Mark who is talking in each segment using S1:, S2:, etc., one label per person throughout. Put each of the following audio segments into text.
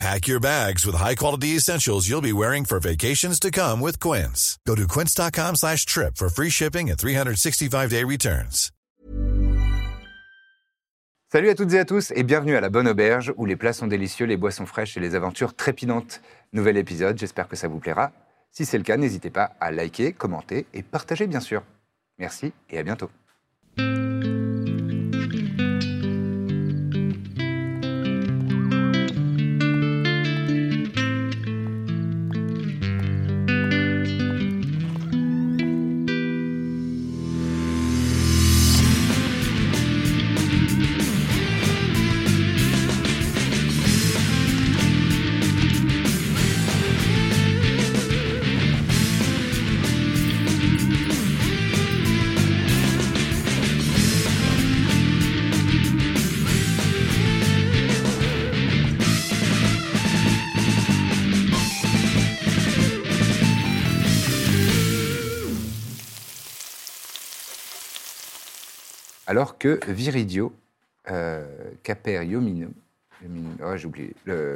S1: Pack your bags with high-quality essentials you'll be wearing for vacations to come with Quince. Go to quince.com slash trip for free shipping and 365-day returns.
S2: Salut à toutes et à tous et bienvenue à la Bonne Auberge où les plats sont délicieux, les boissons fraîches et les aventures trépidantes. Nouvel épisode, j'espère que ça vous plaira. Si c'est le cas, n'hésitez pas à liker, commenter et partager bien sûr. Merci et à bientôt. Alors que Viridio, euh, Caper Iomino, Iomino- oh, j'ai oublié, le,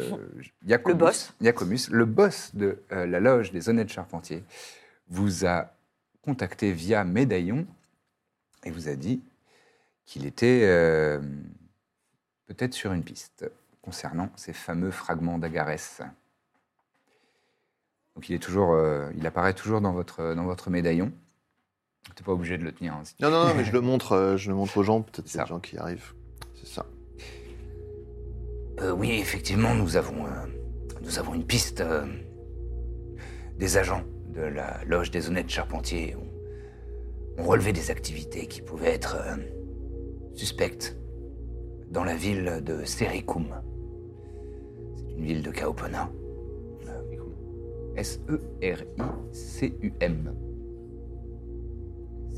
S2: Iacomus-
S3: Le boss.
S2: Iacomus, le boss de euh, la loge des honnêtes charpentiers, vous a contacté via Médaillon et vous a dit qu'il était euh, peut-être sur une piste concernant ces fameux fragments d'agarès. Donc il est toujours, euh, il apparaît toujours dans votre dans votre médaillon. T'es pas obligé de le tenir. hein, si tu
S4: Non, non, non, mais je le montre, euh, je le montre aux gens, peut-être
S2: C'est
S4: qu'il y a
S2: ça.
S4: des gens qui arrivent. C'est ça.
S2: Euh, oui, effectivement, nous avons, euh, nous avons une piste euh, des agents de la loge des honnêtes charpentiers. ont- ont relevé des activités qui pouvaient être euh, suspectes dans la ville de Sericum. C'est une ville de Kaopona. E S-E-R-I-C-U-M.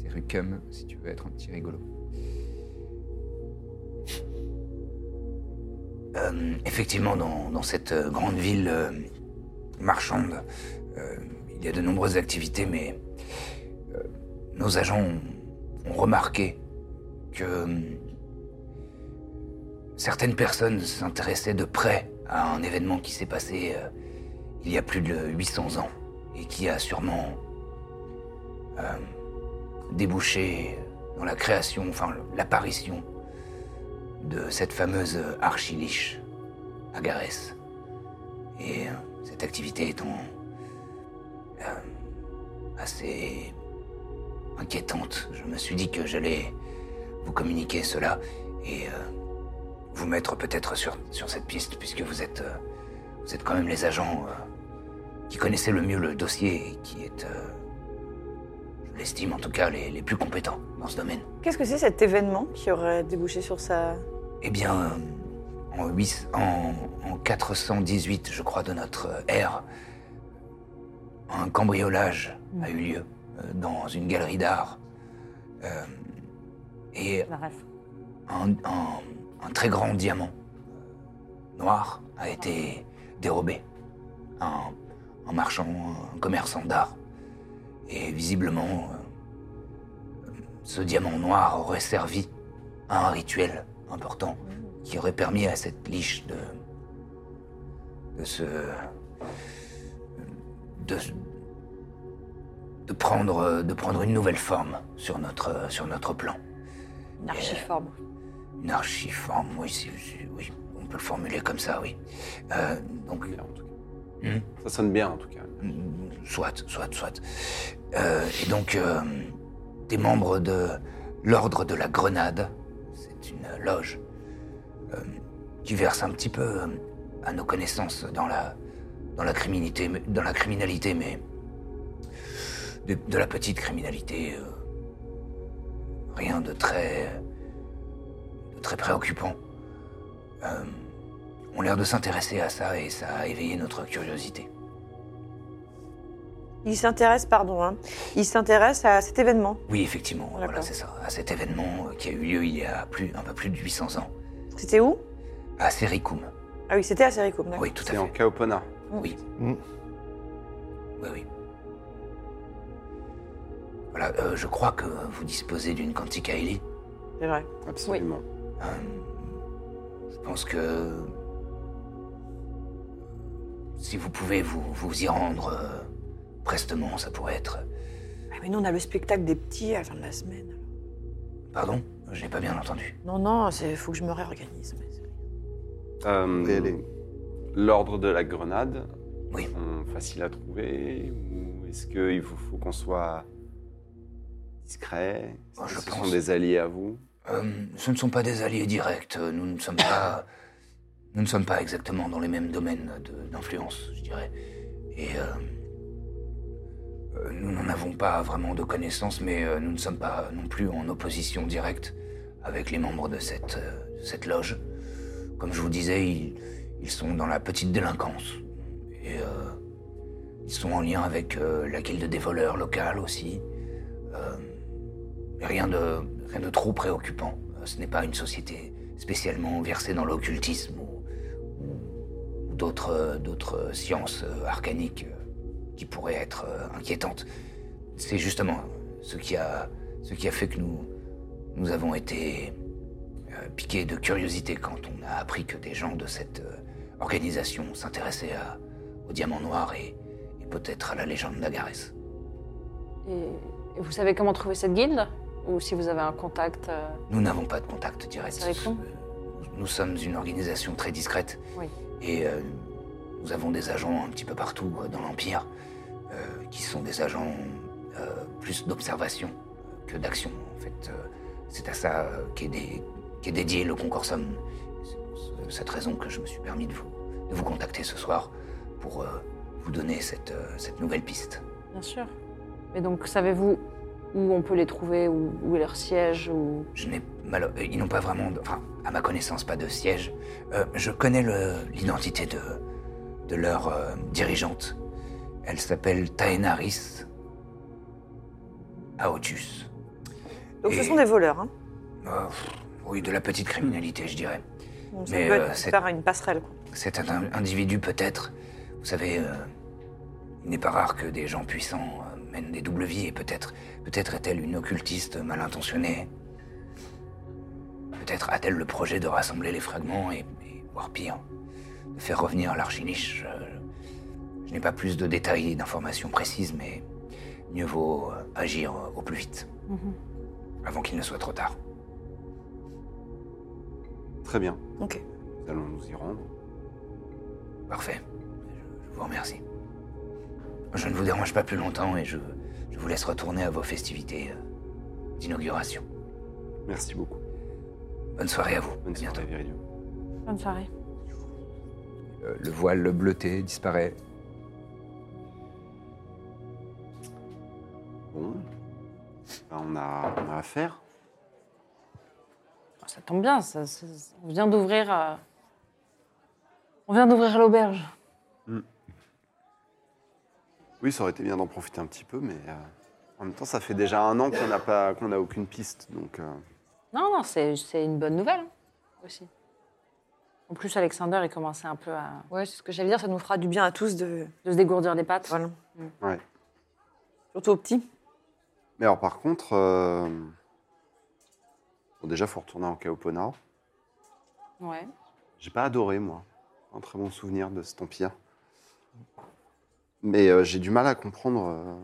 S2: Sericum, si tu veux être un petit rigolo. Euh, effectivement, dans, dans cette euh, grande ville euh, marchande, euh, il y a de nombreuses activités, mais euh, nos agents ont, ont remarqué que euh, certaines personnes s'intéressaient de près à un événement qui s'est passé euh, il y a plus de 800 ans et qui a sûrement euh, débouché dans la création, enfin l'apparition de cette fameuse archiliche à Garès. Et euh, cette activité étant euh, assez inquiétante, je me suis dit que j'allais vous communiquer cela et euh, vous mettre peut-être sur, sur cette piste, puisque vous êtes, euh, vous êtes quand même les agents euh, qui connaissez le mieux le dossier et qui êtes, euh, je l'estime en tout cas, les- les plus compétents dans ce domaine.
S3: Qu'est-ce que c'est cet événement qui aurait débouché sur sa...
S2: Eh bien, euh, en, huit- en- en 418, je crois, de notre euh, ère, un cambriolage a eu lieu euh, dans une galerie d'art. Euh, et un, un- un très grand diamant noir a été dérobé à un, un marchand, un commerçant d'art. Et visiblement, euh, ce diamant noir aurait servi à un rituel important qui aurait permis à cette liche de. de se. de. de prendre, de prendre une nouvelle forme sur notre, sur notre plan.
S3: Une archiforme.
S2: Une archiforme, oui, si- si- oui, on peut le formuler comme ça, oui. Euh, donc,
S5: Bien, en tout cas.
S2: Hmm.
S5: Ça sonne bien en tout cas.
S2: Mm, Soit, soit, soit. Euh, et donc, euh, des membres de l'Ordre de la Grenade, c'est une loge, euh, qui verse un petit peu, euh, à nos connaissances, dans la, dans la, criminalité, mais- dans la criminalité, mais de, de la petite criminalité. euh, rien de très, de très préoccupant. Euh, on a l'air de s'intéresser à ça et ça a éveillé notre curiosité.
S3: Il s'intéresse, pardon, hein, il s'intéresse à cet événement.
S2: Oui, effectivement, voilà,
S3: D'accord.
S2: c'est ça. À cet événement euh, qui a eu lieu il y a plus, un peu plus de 800 ans,
S3: C'était où
S2: à Sericum.
S3: Ah oui, c'était à Sericum, d'accord.
S2: Oui, tout à
S5: C'est en
S2: fait.
S5: Kaopona.
S2: Oui.
S4: Mm.
S2: Oui, oui. Voilà, euh, je crois que vous disposez d'une Cantica Elite.
S3: C'est vrai.
S5: Absolument.
S2: Euh, je pense que euh, si vous pouvez vous, vous y rendre euh, prestement, ça pourrait être. euh,
S3: Ah, mais nous, on a le spectacle des petits à la fin de la semaine.
S2: Pardon Je n'ai pas bien entendu.
S3: Non, non, il faut que je me réorganise. mais c'est-
S5: Euh,
S4: Et elle est-
S5: L'ordre de la grenade,
S2: Oui.
S5: sont faciles à trouver Ou est-ce qu'il vous faut qu'on soit discret Est-ce
S2: Moi,
S5: que
S2: Oh, je
S5: Ce
S2: pense.
S5: sont des alliés à vous
S2: Euh, ce ne sont pas des alliés directs. Nous ne sommes pas. Nous ne sommes pas exactement dans les mêmes domaines de- d'influence, je dirais. Et. euh, euh, nous n'en avons pas vraiment de connaissances, mais euh, nous ne sommes pas non plus en opposition directe avec les membres de cette, euh, de cette loge. Comme je vous disais, ils, ils sont dans la petite délinquance. Et. euh, ils sont en lien avec euh, la guilde des voleurs locale aussi. Mais Rien de, rien de trop préoccupant. Euh, Ce n'est pas une société spécialement versée dans l'occultisme ou, ou- ou d'autres, euh, d'autres euh, sciences euh, arcaniques euh, qui pourraient être euh, inquiétantes. C'est justement ce qui a, ce qui a fait que nous, nous avons été euh, piqués de curiosité quand on a appris que des gens de cette euh, organisation s'intéressaient à- au diamant noir et, et peut-être à la légende d'Agarès.
S6: Et et vous savez comment trouver cette guilde Ou si vous avez un contact euh,
S2: Nous n'avons pas de contact direct.
S6: C'est avec nous.
S2: Nous sommes une organisation très discrète.
S6: Oui.
S2: Et euh, nous avons des agents un petit peu partout euh, dans l'Empire, euh, qui sont des agents euh, plus d'observation que d'action. En fait, euh, c'est à ça euh, qu'est dé- qu'est dédié le Concorsum. C'est pour ce- cette raison que je me suis permis de vous, de vous contacter ce soir pour euh, vous donner cette, euh, cette nouvelle piste.
S6: Bien sûr. Mais donc, savez-vous où on peut les trouver Où, où est leur siège ou...
S2: Je n'ai malo- euh, ils n'ont pas vraiment, de- enfin, à ma connaissance, pas de siège. Euh, je connais le- l'identité de, de leur euh, dirigeante. Elle s'appelle Taenaris Aotus.
S3: Donc ce
S2: Et-
S3: sont des voleurs. Hein.
S2: Euh, pff, oui, de la petite criminalité, je dirais.
S3: Donc, ça
S2: Mais,
S3: peut
S2: euh,
S3: être
S2: c'est-
S3: faire une passerelle. quoi.
S2: Cet in- individu peut-être, vous savez, euh, il n'est pas rare que des gens puissants euh, mènent des doubles vies et peut-être, peut-être est-elle une occultiste mal intentionnée. Peut-être a-t-elle le projet de rassembler les fragments et, et, voire pire, de faire revenir l'archiniche. euh, je n'ai pas plus de détails et d'informations précises, mais mieux vaut euh, agir euh, au plus vite,
S6: Mhm.
S2: avant qu'il ne soit trop tard.
S5: Très bien.
S3: Ok.
S5: Nous allons nous y rendre.
S2: Parfait. Je vous remercie. Je ne vous dérange pas plus longtemps et je, je vous laisse retourner à vos festivités euh, d'inauguration.
S5: Merci beaucoup.
S2: Bonne soirée à vous.
S5: Bonne
S2: à bientôt.
S5: soirée, Viridium.
S6: Bonne soirée.
S2: Euh, le voile bleuté disparaît.
S5: Bon. Ben, on, a, on a affaire.
S6: Oh, Ça tombe bien, ça- ça- on vient d'ouvrir... euh, On vient d'ouvrir l'auberge.
S5: Oui, ça aurait été bien d'en profiter un petit peu, mais euh, en même temps, ça fait déjà un an qu'on n'a pas, qu'on n'a aucune piste, donc euh,
S6: Non, non, c'est c'est une bonne nouvelle, hein, aussi. En plus, Alexander, il commençait un peu à
S3: Ouais, c'est ce que j'allais dire, ça nous fera du bien à tous de.
S6: de se dégourdir les pattes.
S3: Voilà.
S5: ouais.
S3: Surtout aux petits.
S5: Mais alors, par contre, euh, bon, déjà, faut retourner en Kaopona.
S6: Ouais.
S5: J'ai pas adoré, moi. Un très bon souvenir de cet empire. Mais euh, j'ai du mal à comprendre euh,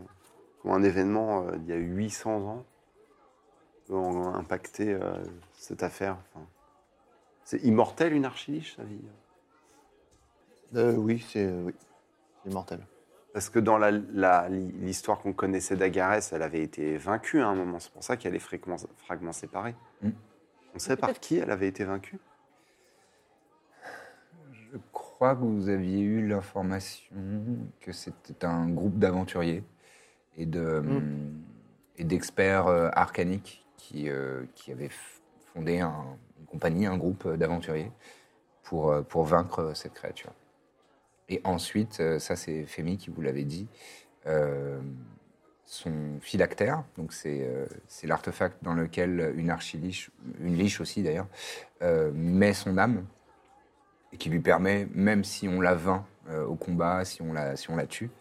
S5: comment un événement euh, d'il y a 800 ans peut en- impacter euh, cette affaire. Enfin, c'est immortel une archiliche, sa vie.
S4: Euh, oui, c'est euh, oui. C'est immortel.
S5: Parce que dans la- la- l'histoire qu'on connaissait d'Agarès, elle avait été vaincue à un moment. C'est pour ça qu'il y a les fréquences- fragments séparés.
S2: Mm.
S5: On sait par qui elle avait été vaincue
S7: Je crois que vous aviez eu l'information que c'était un groupe d'aventuriers et de et d'experts euh, arcaniques qui, euh, qui avaient f- fondé un- une compagnie, un groupe euh, d'aventuriers pour, euh, pour vaincre euh, cette créature. Et ensuite, euh, ça c'est Femi qui vous l'avait dit,
S2: euh, son phylactère, donc c'est euh, c'est l'artefact dans lequel une archiliche, une liche aussi d'ailleurs, euh, met son âme et qui lui permet, même si on la vainc euh, au combat, si on la, si on la tue,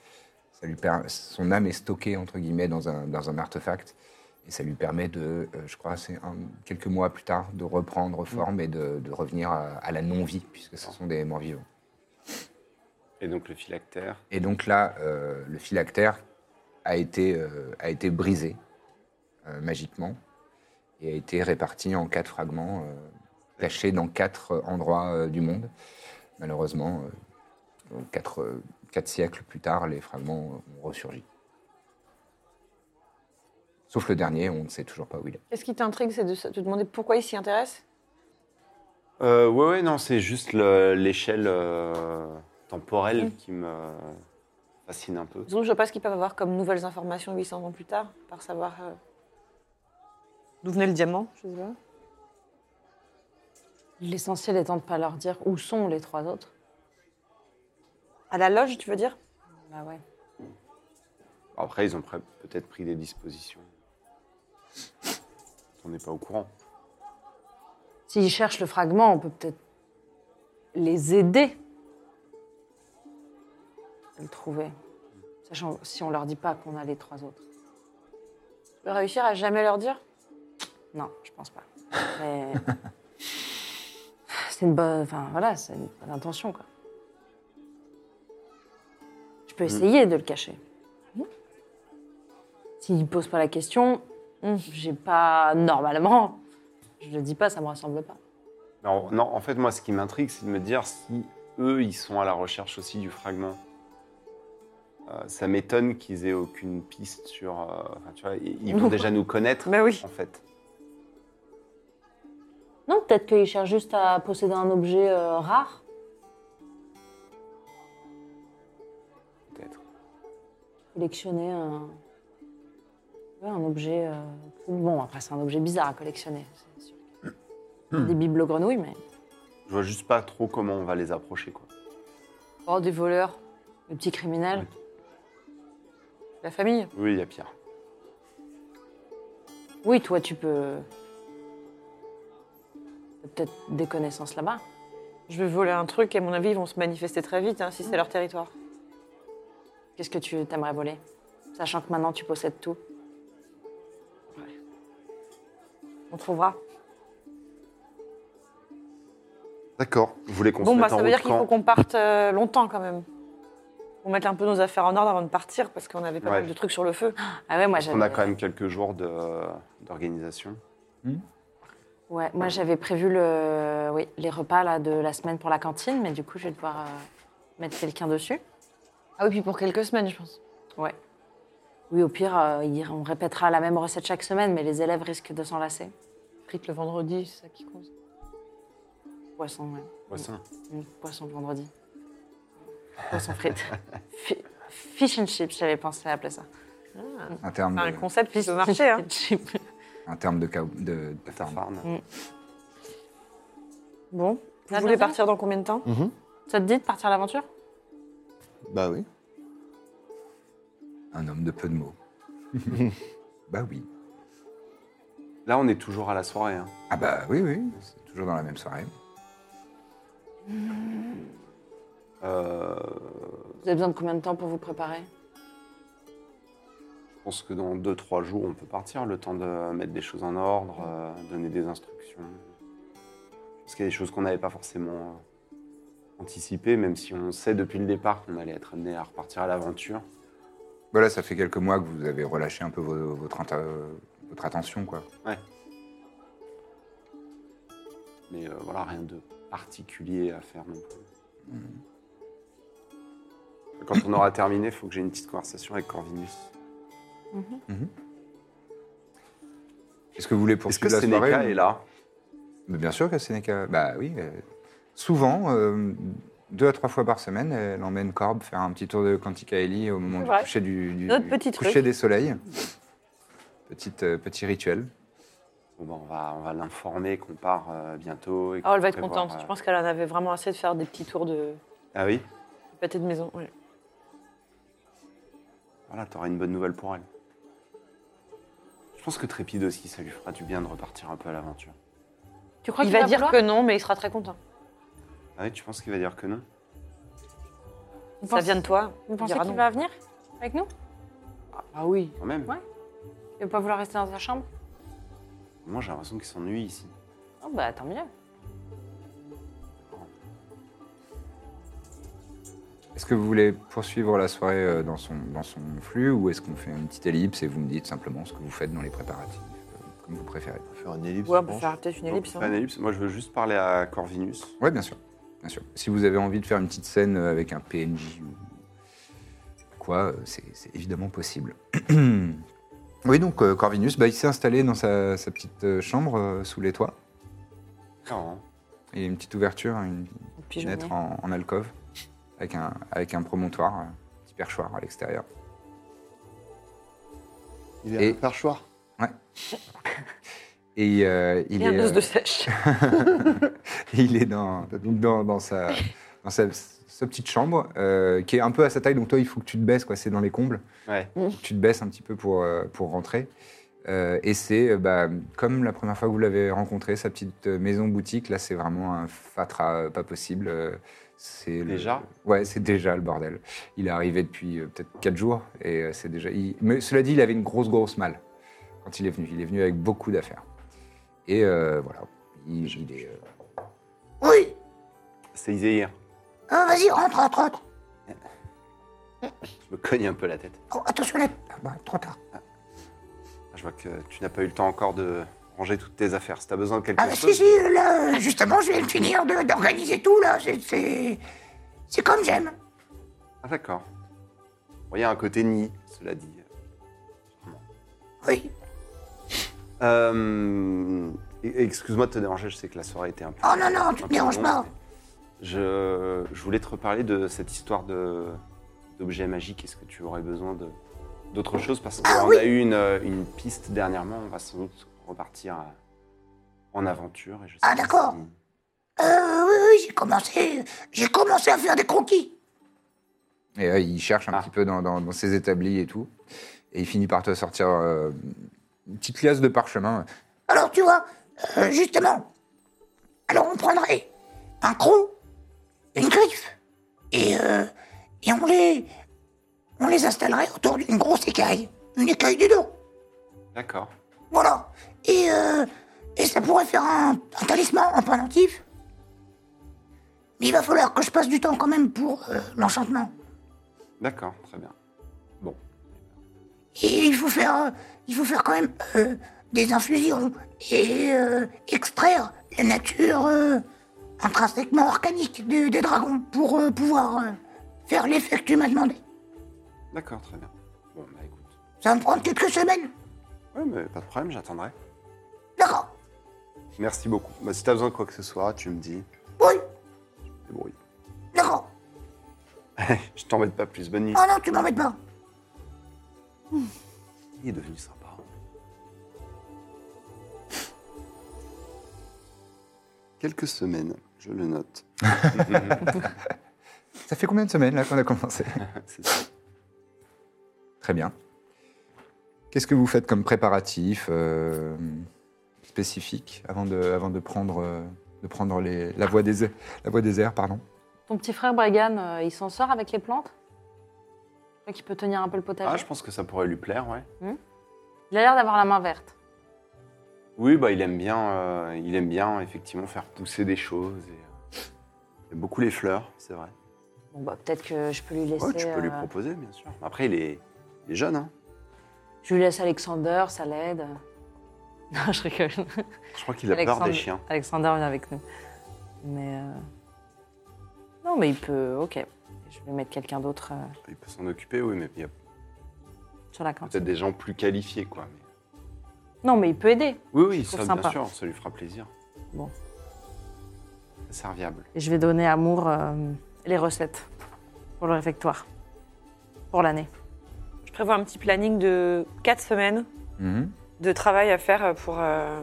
S2: ça lui per- son âme est stockée entre guillemets dans un, dans un artefact et ça lui permet de, euh, je crois, c'est un- quelques mois plus tard, de reprendre forme et de, de revenir à, à la non-vie puisque ce sont des morts vivants.
S5: Et donc le phylactère.
S2: Et donc là, euh, le phylactère a été, euh, a été brisé euh, magiquement et a été réparti en quatre fragments, euh, cachés dans quatre euh, endroits euh, du monde. Malheureusement, euh, donc quatre, euh, quatre siècles plus tard, les fragments ont ressurgi. Sauf le dernier, on ne sait toujours pas où il est.
S6: Qu'est-ce qui t'intrigue, c'est de se- te demander pourquoi il s'y intéresse
S5: Euh, ouais, ouais, non, c'est juste le- l'échelle euh, temporelle qui me fascine un peu.
S6: Disons que je vois pas ce qu'ils peuvent avoir comme nouvelles informations 800 ans plus tard, par savoir euh, d'où venait le diamant, je sais pas. L'essentiel étant de pas leur dire où sont les trois autres.
S8: À la loge, tu veux dire
S6: Bah ouais.
S5: Après, ils ont pr- peut-être pris des dispositions. On n'est pas au courant.
S6: S'ils cherchent le fragment, on peut peut-être les aider à le trouver. Sachant si on leur dit pas qu'on a les trois autres. Tu peux réussir à jamais leur dire Non, je pense pas. Mais. c'est une bonne. Enfin, voilà, c'est une bonne intention, quoi. Je peux essayer de le cacher. Mm. S'ils ne posent pas la question, mm, j'ai pas. Normalement, je le dis pas, ça me ressemble pas.
S5: Non, non, en fait, moi, ce qui m'intrigue, c'est de me dire si eux, ils sont à la recherche aussi du fragment. Euh, ça m'étonne qu'ils aient aucune piste sur. euh, enfin, tu vois, ils ils vont déjà nous connaître,
S6: Bah oui.
S5: en fait.
S6: Non, peut-être qu'ils cherchent juste à posséder un objet euh, rare.
S5: Peut-être.
S6: Collectionner un, ouais, un objet. euh, Bon, après, c'est un objet bizarre à collectionner. c'est sûr.
S5: Hmm.
S6: Des bibelots grenouilles, mais.
S5: Je vois juste pas trop comment on va les approcher, quoi.
S6: Oh, des voleurs, des petits criminels. La famille
S5: Oui, il y a pire.
S6: Oui, toi, tu peux. T'as peut-être des connaissances là-bas.
S9: Je vais voler un truc et à mon avis, ils vont se manifester très vite hein, si c'est leur territoire.
S6: Qu'est-ce que tu t'aimerais voler Sachant que maintenant, tu possèdes tout. On trouvera.
S5: D'accord. Vous voulez qu'on
S9: Bon,
S5: se
S9: bah,
S5: mette
S9: ça
S5: en
S9: veut
S5: route
S9: dire qu'il
S5: quand
S9: faut qu'on parte euh, longtemps quand même. On mette un peu nos affaires en ordre avant de partir parce qu'on avait pas
S5: Ouais.
S9: mal de trucs sur le feu.
S6: Ah ouais, moi,
S5: Parce qu'on a
S6: j'avais-
S5: quand même quelques jours de- d'organisation.
S6: Ouais, moi j'avais prévu le, oui, les repas là, de la semaine pour la cantine, mais du coup je vais devoir euh, mettre quelqu'un dessus.
S9: Ah oui, puis pour quelques semaines, je pense.
S6: Ouais. Oui, au pire, euh, il- on répétera la même recette chaque semaine, mais les élèves risquent de s'enlacer.
S9: Frites le vendredi, c'est ça qui compte.
S6: Poisson, ouais.
S5: Poisson.
S6: Mm, Poisson le vendredi. Poisson frites. Fi- Fish and chips, j'avais pensé à appeler ça.
S2: Un terme
S9: C'est un
S2: de,
S9: concept qui peut marcher. Hein.
S6: and chips.
S2: un terme de, chaos- de, de farm.
S5: Farne.
S9: Bon, vous
S6: Ça
S9: voulez
S6: te va
S9: partir dans combien de temps
S5: Mmh.
S6: Ça te dit de partir à l'aventure
S4: Bah oui.
S2: Un homme de peu de mots. bah oui.
S5: Là, on est toujours à la soirée. hein.
S2: Ah bah oui, oui, c'est toujours dans la même soirée.
S5: Euh,
S6: Vous avez besoin de combien de temps pour vous préparer
S5: je pense que dans 2-3 jours, on peut partir. Le temps de mettre des choses en ordre, euh, donner des instructions. Parce qu'il y a des choses qu'on n'avait pas forcément euh, anticipées, même si on sait depuis le départ qu'on allait être amené à repartir à l'aventure.
S2: Voilà, ça fait quelques mois que vous avez relâché un peu vo- votre, inter- votre attention, quoi.
S5: Mais euh, voilà, rien de particulier à faire non plus. Mm. Quand on aura terminé, il faut que j'ai une petite conversation avec Corvinus.
S2: Est-ce que vous voulez
S5: Est-ce que
S2: poursuivre la soirée
S5: Sénéca est là
S2: Mais Bien sûr que Sénéca... Bah oui. euh, souvent, euh, deux à trois fois par semaine, elle emmène Corbe faire un petit tour de Canticaeli au moment du
S9: vrai.
S2: coucher, du, du-
S9: Notre
S2: du
S9: petit
S2: coucher
S9: truc.
S2: des soleils. Petite, euh, petit rituel.
S5: Bon, ben, on va, on va l'informer qu'on part euh, bientôt. et
S9: Oh, elle
S5: qu'on
S9: va être
S5: prévoit,
S9: contente.
S5: euh,
S9: Je pense qu'elle en avait vraiment assez de faire des petits tours de,
S5: Ah oui
S9: de pâté de maison. ouais.
S5: Voilà, t'auras une bonne nouvelle pour elle. Je pense que Trépide aussi, ça lui fera du bien de repartir un peu à l'aventure.
S6: Tu crois
S9: il
S6: qu'il
S9: va dire
S6: vouloir
S9: que non, mais il sera très content.
S5: Ah ouais, tu penses qu'il va dire que non
S10: Vous
S9: Ça
S10: pensez-
S9: vient de toi.
S10: Vous
S9: il
S10: pensez
S9: dira
S10: qu'il
S9: non.
S10: va venir avec nous
S6: Ah oui.
S5: Quand même.
S10: Ouais. Il va pas vouloir rester dans sa chambre
S5: Moi, j'ai l'impression qu'il s'ennuie ici.
S6: Oh, bah tant mieux.
S7: Est-ce que vous voulez poursuivre la soirée euh, dans son, dans son flux ou est-ce qu'on fait une petite ellipse et vous me dites simplement ce que vous faites dans les préparatifs, euh, comme vous préférez
S4: On peut faire une ellipse.
S9: Ouais,
S4: je
S9: on peut
S4: pense.
S9: faire peut-être une
S5: Donc,
S9: ellipse.
S5: on
S9: hein.
S5: fait un ellipse. Moi, je veux juste parler à Corvinus.
S7: Ouais, bien sûr. Bien sûr. Si vous avez envie de faire une petite scène euh, avec un PNJ ou quoi, euh, c'est c'est évidemment possible. oui, donc euh, Corvinus, bah, il s'est installé dans sa, sa petite euh, chambre euh, sous les toits.
S5: Clairement.
S7: Il y a une petite ouverture, hein, une
S9: Un pigeonnier.
S7: fenêtre en, en alcôve avec un, avec un promontoire, euh, un petit perchoir à l'extérieur.
S4: Il est
S7: Et-
S4: un perchoir.
S7: Et euh, il,
S9: Et un
S7: est,
S9: os
S7: euh,
S9: de sèche.
S7: il est dans, donc dans, dans sa, dans sa, sa petite chambre euh, qui est un peu à sa taille, donc toi il faut que tu te baisses, quoi, c'est dans les combles.
S5: Ouais.
S7: tu te baisses un petit peu pour, euh, pour rentrer. Euh, et c'est euh, bah, comme la première fois que vous l'avez rencontré, sa petite euh, maison boutique. Là, c'est vraiment un fatras euh, pas possible. Euh, c'est le-
S5: Déjà
S7: Ouais, c'est déjà le bordel. Il est arrivé depuis euh, peut-être 4 jours et euh, c'est déjà. il- Mais cela dit, il avait une grosse, grosse malle quand il est venu. Il est venu avec beaucoup d'affaires. Et euh, voilà. Il, il est. euh,
S5: C'est Iséir.
S11: Ah, Vas-y, rentre, rentre, rentre.
S5: Je me cogne un peu la tête.
S11: Oh, attention, là.
S7: ah bah, trop tard.
S5: Je vois que tu n'as pas eu le temps encore de ranger toutes tes affaires. Si t'as besoin de quelque
S11: Ah, bah, si,
S5: chose.
S11: si, là, justement, je vais le finir de- d'organiser tout, là. C'est- C'est. C'est comme j'aime.
S5: Ah, d'accord. Bon, Il y a un côté nid, cela dit.
S11: Oui.
S5: Euh, et- Excuse-moi de te déranger, je sais que la soirée était un peu.
S11: Oh, non, non, tu
S5: un
S11: te
S5: peu
S11: déranges
S5: longue,
S11: pas.
S5: mais Je, je voulais te reparler de cette histoire de- d'objets magiques. Est-ce que tu aurais besoin de- d'autre chose Parce qu'on
S11: Ah
S5: a
S11: oui.
S5: eu une, euh, une piste dernièrement. On va sans doute repartir à- en aventure. et je sais
S11: Ah,
S5: pas
S11: d'accord.
S5: si-
S11: Euh, oui, oui, j'ai commencé. J'ai commencé à faire des croquis.
S7: Et euh, il cherche un
S5: Ah.
S7: petit peu dans, dans- dans ses établis et tout. Et il finit par te sortir euh, une petite liasse de parchemin.
S11: Alors, tu vois, euh, justement, alors on prendrait un croc, une griffe, et, euh, et on les. On les installerait autour d'une grosse écaille. Une écaille du dos.
S5: D'accord.
S11: Voilà. Et, euh, et ça pourrait faire un, un talisman, un pendentif. Mais il va falloir que je passe du temps quand même pour euh, l'enchantement.
S5: D'accord, très bien. Bon,
S11: Et il faut faire, euh, il faut faire quand même euh, des infusions et euh, extraire la nature euh, intrinsèquement organique de- des dragons pour euh, pouvoir euh, faire l'effet que tu m'as demandé.
S5: d'accord, très bien. Bon, bah écoute.
S11: Ça va me prendre quelques semaines.
S5: Ouais, mais pas de problème, j'attendrai.
S11: D'accord.
S5: Merci beaucoup. Bah, si t'as besoin de quoi que ce soit, tu me dis.
S11: Oui,
S5: Je me débrouille.
S11: d'accord.
S5: Je t'embête pas plus. Bonne nuit.
S11: Oh non, tu m'embêtes pas.
S5: Il est devenu sympa. Quelques semaines, je le note.
S7: Ça fait combien de semaines là qu'on a commencé
S5: C'est ça.
S7: Très bien. Qu'est-ce que vous faites comme préparatif euh, spécifique avant de, avant de prendre, euh, de prendre les, la, voie des, airs- la voie des airs pardon.
S6: Ton petit frère Bragan, euh, il s'en sort avec les plantes Je crois qu'il peut tenir un peu le potager.
S5: Ah, je pense que ça pourrait lui plaire, ouais.
S6: Il a l'air d'avoir la main verte.
S5: Oui, bah il aime bien, euh, il aime bien effectivement faire pousser des choses. Et, euh, il aime beaucoup les fleurs, c'est vrai.
S6: Bon, bah, peut-être que je peux lui laisser.
S5: Ouais, tu peux lui
S6: euh,
S5: proposer, bien sûr. Après, il est, il est jeune, hein.
S6: Je lui laisse Alexander, ça l'aide. Non, je rigole.
S5: Je crois qu'il a peur des chiens.
S6: Alexander vient avec nous. Mais. euh, Non, mais il peut. Ok. Je vais mettre quelqu'un d'autre euh,
S5: Il peut s'en occuper, oui, mais il y a
S6: sur la cantine.
S5: peut-être des gens plus qualifiés, quoi. mais-
S6: Non, mais il peut aider.
S5: Oui, oui,
S6: Je
S5: ça,
S6: trouve
S5: bien
S6: sympa.
S5: sûr, ça lui fera plaisir.
S6: Bon.
S5: C'est Serviable.
S6: Et je vais donner à Amour euh, les recettes pour le réfectoire. Pour l'année.
S9: Je prévois un petit planning de 4 semaines de travail à faire pour, euh,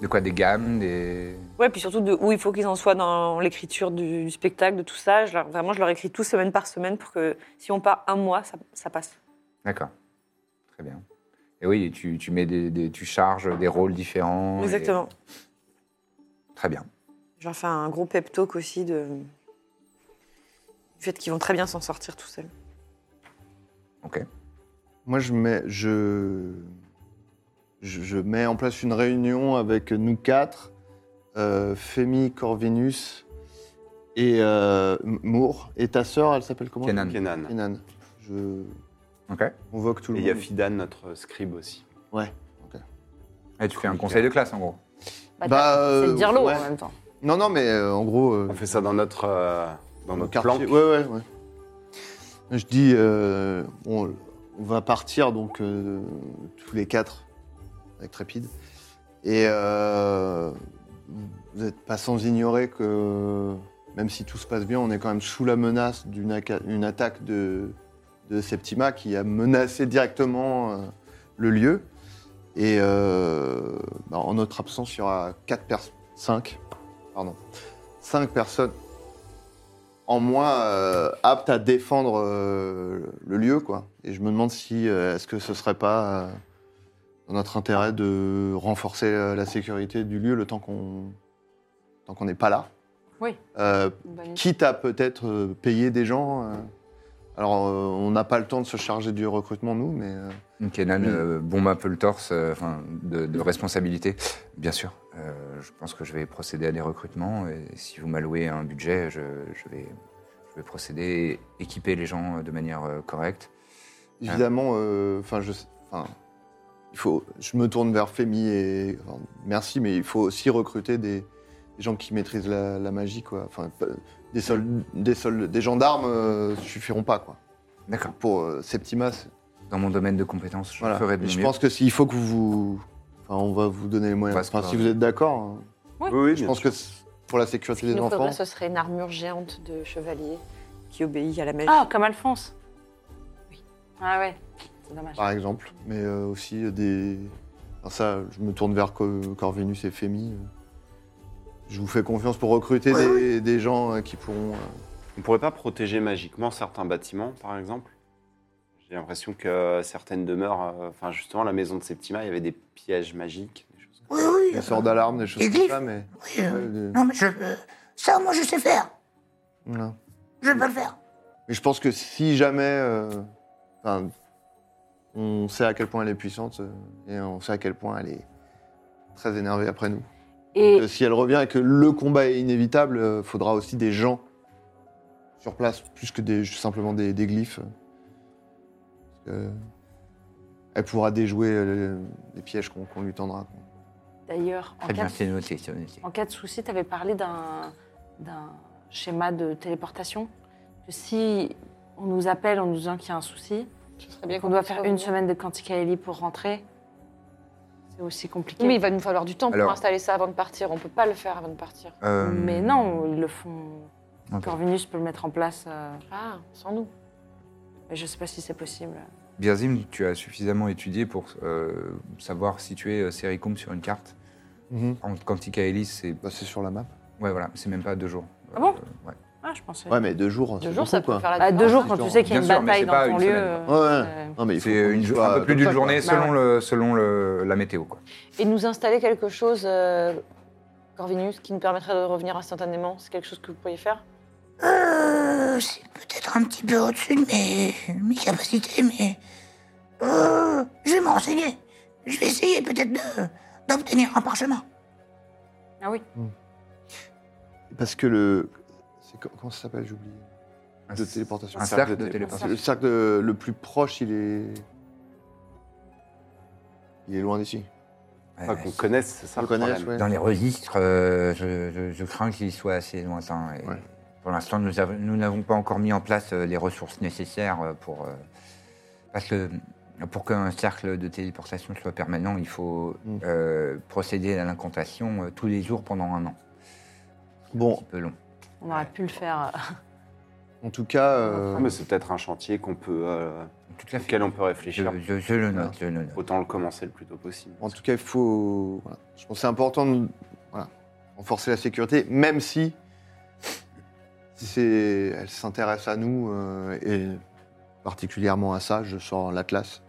S7: De quoi Des gammes des...
S9: Ouais, puis surtout de où il faut qu'ils en soient dans l'écriture du, du spectacle, de tout ça. Je leur- vraiment, je leur écris tout semaine par semaine pour que si on part un mois, ça, ça passe.
S7: D'accord. Très bien. Et oui, tu, tu mets des, des- tu charges des rôles différents. et-
S9: Exactement.
S7: Très bien.
S9: Je leur fais un gros pep talk aussi de... du fait qu'ils vont très bien s'en sortir tout seuls.
S4: Moi, je mets, je, je, je mets en place une réunion avec nous quatre, euh, Femi, Corvinus et euh, M- Moore. Et ta sœur, elle s'appelle comment
S7: Kenan.
S5: Kenan.
S4: Kenan. Je
S7: Ok.
S4: convoque tout
S5: Et
S4: le
S5: il
S4: monde.
S5: y a Fidan, notre scribe aussi.
S4: Ouais.
S7: Et tu fais un conseil de classe en gros.
S6: Bah,
S4: Bah,
S6: t'as- c'est de dire l'eau
S4: ouais.
S6: en même temps.
S4: Non, non, mais euh, en gros, euh,
S5: On fait ça dans notre, euh, dans notre
S4: quartier.
S5: planque.
S4: Ouais, ouais, ouais. Je dis, euh, on, on va partir donc euh, tous les quatre avec Trépide. Et euh, vous n'êtes pas sans ignorer que même si tout se passe bien, on est quand même sous la menace d'une aca- une attaque de, de Septima qui a menacé directement euh, le lieu. Et euh, bah, en notre absence, il y aura 4 personnes. 5, pardon. 5 personnes en moi euh, aptes à défendre euh, le lieu, quoi. Et je me demande si euh, est-ce que ce serait pas euh, dans notre intérêt de renforcer euh, la sécurité du lieu le temps qu'on tant qu'on n'est pas là.
S10: Oui.
S4: Euh,
S10: Bonne-
S4: quitte à peut-être euh, payer des gens. euh. alors euh, on n'a pas le temps de se charger du recrutement nous, mais euh,
S7: Kenan
S4: Oui.
S7: euh, bombe un peu le torse euh, enfin, de, de responsabilité. Bien sûr, euh, je pense que je vais procéder à des recrutements. Et si vous m'allouez un budget, je, je vais, je vais procéder, équiper les gens euh, de manière euh, correcte.
S4: Évidemment, euh, enfin, je, sais- enfin, il faut. Je me tourne vers Femi et enfin, merci, mais il faut aussi recruter des, des gens qui maîtrisent la, la magie, quoi. Enfin, pas- des sol- des sol- des gendarmes euh, suffiront pas, quoi.
S7: D'accord.
S4: Pour euh, Septima, c'est-
S7: Dans mon domaine de compétences, je
S4: voilà.
S7: ferai de
S4: Et
S7: mon
S4: je
S7: mieux.
S4: pense que s'il faut que vous, enfin, on va vous donner les
S7: On va
S4: moyens.
S7: se
S4: Enfin, si
S7: parler.
S4: vous êtes d'accord, hein.
S5: Oui, oui,
S4: je
S5: bien
S4: pense
S5: sûr.
S4: que c'est- pour la sécurité des
S6: Nous
S4: enfants,
S6: faudrait, ce serait une armure géante de chevalier.
S9: Qui obéit à la magie.
S10: Ah, comme Alphonse.
S6: Ah ouais, c'est dommage.
S4: par exemple, mais euh, aussi euh, des. Enfin, ça, je me tourne vers Co- Corvinus et Femi. Je vous fais confiance pour recruter des, des gens euh, qui pourront. euh,
S5: On pourrait pas protéger magiquement certains bâtiments, par exemple J'ai l'impression que certaines demeures, euh, enfin justement la maison de Septima, il y avait des pièges magiques. des choses comme
S11: Oui, oui.
S4: des sorts d'alarme, des choses
S11: Des
S4: comme
S11: glyphes.
S4: ça, mais.
S11: oui, euh,
S4: ouais, des-
S11: Non, mais je. euh, ça, moi, je sais faire.
S4: voilà.
S11: Je peux le faire.
S4: Mais je pense que si jamais. euh, enfin, on sait à quel point elle est puissante euh, et on sait à quel point elle est très énervée après nous.
S6: Et
S4: Que euh, si elle revient et que le combat est inévitable, euh, faudra aussi des gens sur place, plus que des, simplement des, des glyphes. Parce que euh, elle pourra déjouer euh, les pièges qu'on qu'on lui tendra. quoi.
S6: d'ailleurs, en
S7: Très bien,
S6: cas,
S7: c'est noté, c'est noté.
S6: en cas de souci, tu avais parlé d'un d'un schéma de téléportation. Que si on nous appelle en nous disant qu'il y a un souci,
S10: Ce serait bien
S6: qu'on hein. doit faire une semaine de Canticaeli pour rentrer, c'est aussi compliqué.
S10: Mais il va nous falloir du temps
S7: Alors-
S10: pour installer ça avant de partir. On peut pas le faire avant de partir.
S7: Euh,
S6: Mais non, ils le font.
S7: ok.
S6: Corvinus peut le mettre en place. euh,
S10: Ah, sans nous.
S6: mais je sais pas si c'est possible.
S7: Birzim, tu as suffisamment étudié pour euh, savoir situer euh, Sericum sur une carte. En Canticaelis, c'est
S4: Bah, c'est sur la map.
S7: ouais, voilà, c'est même pas deux jours.
S6: Ah bon
S7: Euh, ouais.
S6: Ah, je pensais.
S4: Ouais, mais deux jours.
S10: Deux jours,
S4: c'est beaucoup,
S10: ça peut
S4: quoi.
S10: faire la
S6: Bah, deux
S10: différence.
S6: jours quand tu sais qu'il y a
S7: Bien
S6: une
S7: sûr, mais
S6: bataille
S7: c'est
S6: dans
S7: pas
S6: ton
S7: une
S6: lieu.
S7: semaine.
S6: euh,
S4: Ouais, ouais.
S6: euh,
S4: Non, mais il faut
S7: C'est
S4: qu'on
S7: une-
S4: dise
S7: un
S4: pas
S7: peu plus
S4: comme ça,
S7: d'une
S4: quoi.
S7: journée
S6: quoi.
S7: selon, le, selon le- la météo. Quoi.
S10: Et nous installer quelque chose, euh, Corvinus, qui nous permettrait de revenir instantanément. C'est quelque chose que vous pourriez faire
S11: Euh, c'est peut-être un petit peu au-dessus de mes, mes capacités, mais. Euh, je vais me renseigner. Je vais essayer peut-être de- d'obtenir un parchemin.
S6: Ah oui.
S4: Parce que le. c'est co- Comment ça s'appelle J'ai oublié. De téléportation.
S7: Un cercle de téléportation.
S4: Le cercle de- le plus proche, il est. Il est loin d'ici.
S7: Ouais,
S5: ça. Enfin, qu'on connaisse, c'est ça
S4: On
S5: le
S4: connaît,
S5: problème.
S4: ouais.
S7: Dans les registres, euh, je, je- je crains qu'il soit assez lointain. et
S4: Ouais.
S7: Pour l'instant, nous av- nous n'avons pas encore mis en place euh, les ressources nécessaires euh, pour. euh, parce que pour qu'un cercle de téléportation soit permanent, il faut
S4: Mm.
S7: euh, procéder à l'incantation euh, tous les jours pendant un an.
S4: Bon,
S7: Un petit peu long.
S6: euh, On aurait pu le faire.
S4: En tout cas, euh,
S5: Non, mais c'est peut-être un chantier qu'on peut, euh,
S7: Tout à fait.
S5: auquel on peut
S7: Je,
S5: réfléchir.
S7: je- je le note, je le note.
S5: Autant le commencer le plus tôt possible.
S4: en tout cas, il faut. voilà. Je pense que c'est important de voilà, renforcer la sécurité, même si, si c'est, elle s'intéresse à nous euh, et particulièrement à ça. Je sors l'atlas.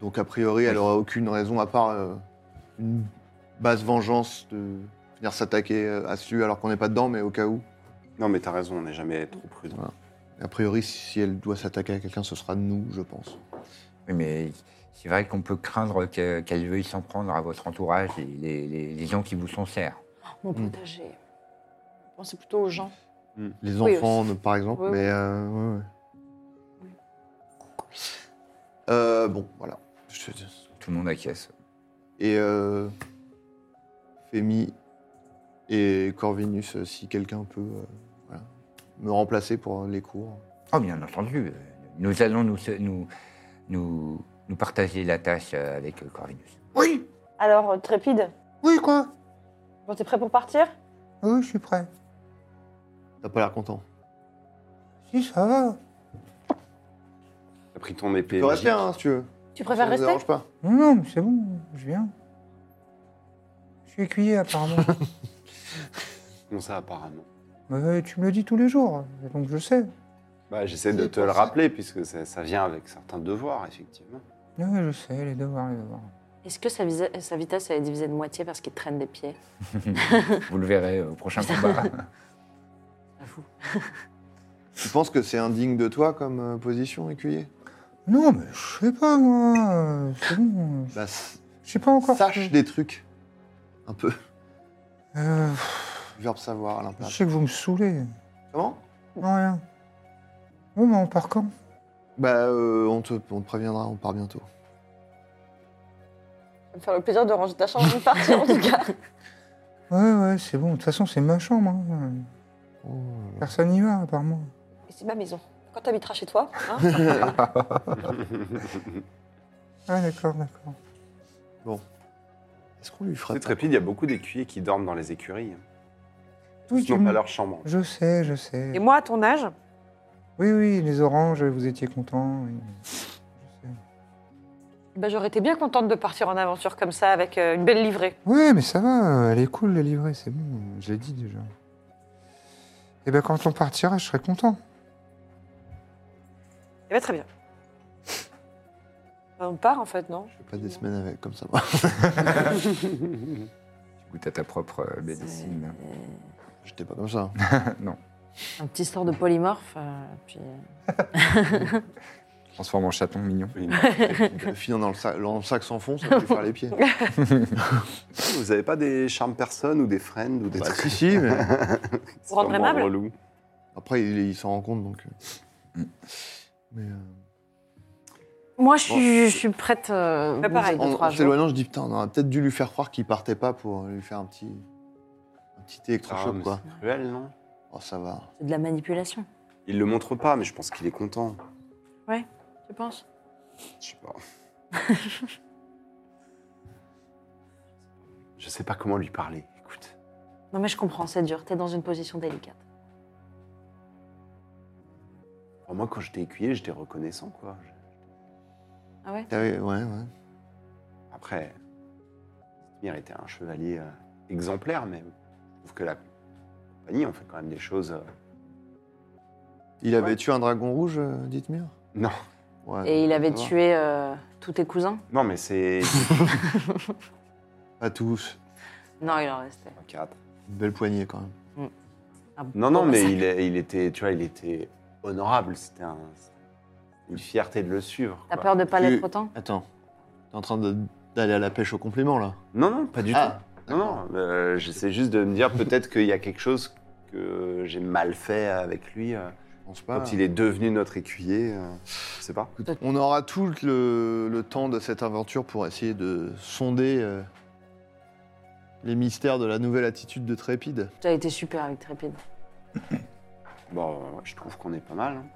S4: Donc a priori, elle n'aura aucune raison à part euh, une basse vengeance de venir s'attaquer euh, à celui alors qu'on n'est pas dedans, mais au cas où.
S5: Non, mais t'as raison, on n'est jamais trop prudent.
S4: Voilà. A priori, si elle doit s'attaquer à quelqu'un, ce sera nous, je pense.
S7: Oui, mais c'est vrai qu'on peut craindre que- qu'elle veuille s'en prendre à votre entourage et les, les- les gens qui vous sont chers.
S6: Mon potager.
S10: Pensez plutôt aux gens.
S4: Les
S10: Oui,
S4: enfants, ne- par exemple,
S10: Oui,
S4: mais... euh, ouais, ouais. Euh, bon, voilà. Je-
S7: Tout le monde acquiesce.
S4: Et euh, Femi et Corvinus, euh, si quelqu'un peut euh, voilà, me remplacer pour euh, les cours.
S7: Oh, bien entendu. euh, Nous allons nous, se- nous, nous, nous partager la tâche euh, avec euh, Corvinus.
S11: Oui,
S10: Alors, euh, Trépide,
S11: oui, quoi
S10: bon, t'es prêt pour partir
S7: Oui, je suis prêt.
S4: T'as pas l'air content.
S7: Si, ça va.
S5: T'as pris ton épée.
S4: Tu peux rester,
S5: magique.
S4: hein, si tu veux.
S10: Tu préfères
S4: Ça me
S10: rester
S4: dérange pas.
S7: Non, non, mais c'est bon, je viens. Je suis écuyer, apparemment.
S5: Comment ça, apparemment
S7: Mais Euh, tu me le dis tous les jours, donc je sais.
S5: bah, J'essaie de
S4: C'est
S5: te
S4: pour
S5: le
S4: ça.
S5: rappeler, puisque ça, ça vient avec certains devoirs, effectivement.
S7: Oui, je sais, les devoirs, les devoirs.
S6: Est-ce que sa, visa- sa vitesse elle est divisée de moitié parce qu'il traîne des pieds
S7: Vous le verrez au prochain combat.
S4: Tu penses que c'est indigne de toi comme euh, position, écuyer
S7: non, mais je sais pas, moi. euh, C'est bon.
S4: Bah, s-
S7: Je sais pas encore.
S4: sache des trucs. Un peu.
S7: Euh,
S4: Le verbe savoir à
S7: je
S4: l'impasse.
S7: sais que vous me saoulez.
S4: Comment
S7: Non, rien. Oui, mais on part quand
S4: Bah, euh, on, te, on te préviendra, on part bientôt.
S10: Ça va me faire le plaisir de ranger ta chambre avant de partir, en tout cas.
S7: Ouais, ouais, c'est bon. De toute façon, c'est ma chambre. hein. Personne n'y va, à part moi.
S10: Et c'est ma maison. Quand t'habiteras chez toi, hein
S7: Ah, d'accord, d'accord.
S4: Est-ce qu'on lui fera
S5: C'est trépide, il y a beaucoup d'écuyers qui dorment dans les écuries.
S7: Oui,
S5: Ils n'ont pas leur chambre.
S7: Je sais, je sais.
S9: Et moi, à ton âge,
S7: Oui, oui, les oranges, vous étiez contents. oui.
S9: bah, j'aurais été bien contente de partir en aventure comme ça avec euh, une belle livrée.
S7: Ouais, mais ça va, elle est cool la livrée, c'est bon, je l'ai dit déjà. Et ben quand on partira, je serai content.
S9: Eh bien, très bien. Bah, On part en fait, non
S4: Je fais pas des semaines avec, comme ça. moi.
S7: Tu goûtes à ta propre euh, médecine.
S4: J'étais pas comme ça. hein.
S6: Un petit sort de polymorphe. euh, puis,
S7: Transforme en chaton mignon.
S5: Oui, mais-
S4: Le fil dans le sac, dans le sac sans fond, ça va lui faire les pieds.
S5: Vous avez pas des charmes personnes ou des friends ou des
S4: Bah,
S5: trucs
S4: si, si, mais
S5: C'est
S9: rendre
S5: vraiment
S9: aimable
S5: relou.
S4: après, il, il s'en rend compte, donc... euh.
S7: Mm.
S4: Mais, euh,
S6: Moi, je
S4: Bon.
S6: suis, je suis prête. euh,
S9: Bah, pareil,
S6: deux,
S4: en en
S6: trois jours.
S4: s'éloignant, je dis, putain, on aurait peut-être dû lui faire croire qu'il partait pas pour lui faire un petit... Un petit
S5: Ah,
S4: électrochoc,
S5: mais
S4: quoi.
S5: c'est cruel, non
S4: Oh, ça va.
S6: C'est de la manipulation,
S5: Il le montre pas, mais je pense qu'il est content.
S6: tu penses
S5: Je sais pas. je sais pas comment lui parler. Écoute,
S6: Non, mais je comprends, c'est dur. T'es dans une position délicate.
S5: Enfin, moi, quand j'étais écuyer, j'étais reconnaissant, quoi. Je-
S6: Ah ouais
S4: T'as vu, Ouais, ouais.
S5: Après, Smir était un chevalier euh, exemplaire, mais je trouve que la compagnie, on fait quand même des choses. euh,
S4: Il avait
S5: Ouais.
S4: tué un dragon rouge, euh, dites-moi
S5: Non,
S4: Ouais.
S6: Et il avait
S5: Ah,
S4: ça va.
S6: tué euh, tous tes cousins
S5: non, mais c'est
S4: Pas tous.
S6: Non, il en restait.
S5: Un cadre.
S4: Une belle poignée, quand même.
S6: Ah,
S5: Non,
S6: bon,
S5: non,
S6: bah,
S5: mais
S6: ça-
S5: il, est- il était, tu vois, il était honorable. C'était un- une fierté de le suivre.
S6: T'as
S5: quoi.
S6: peur de pas
S4: Tu-
S6: l'être autant
S4: Attends. T'es en train de- d'aller à la pêche au compliment, là
S5: Non, non, pas du
S4: Ah,
S5: tout. Non, non, euh, j'essaie juste de me dire peut-être qu'il y a quelque chose que j'ai mal fait avec lui euh,
S4: Je pense pas.
S5: quand il est devenu notre écuyer. euh, je sais pas.
S4: On aura tout le, le temps de cette aventure pour essayer de sonder euh, les mystères de la nouvelle attitude de Trépide.
S6: T'as été super avec Trépide.
S5: Bon, euh, ouais, je trouve qu'on est pas mal. hein.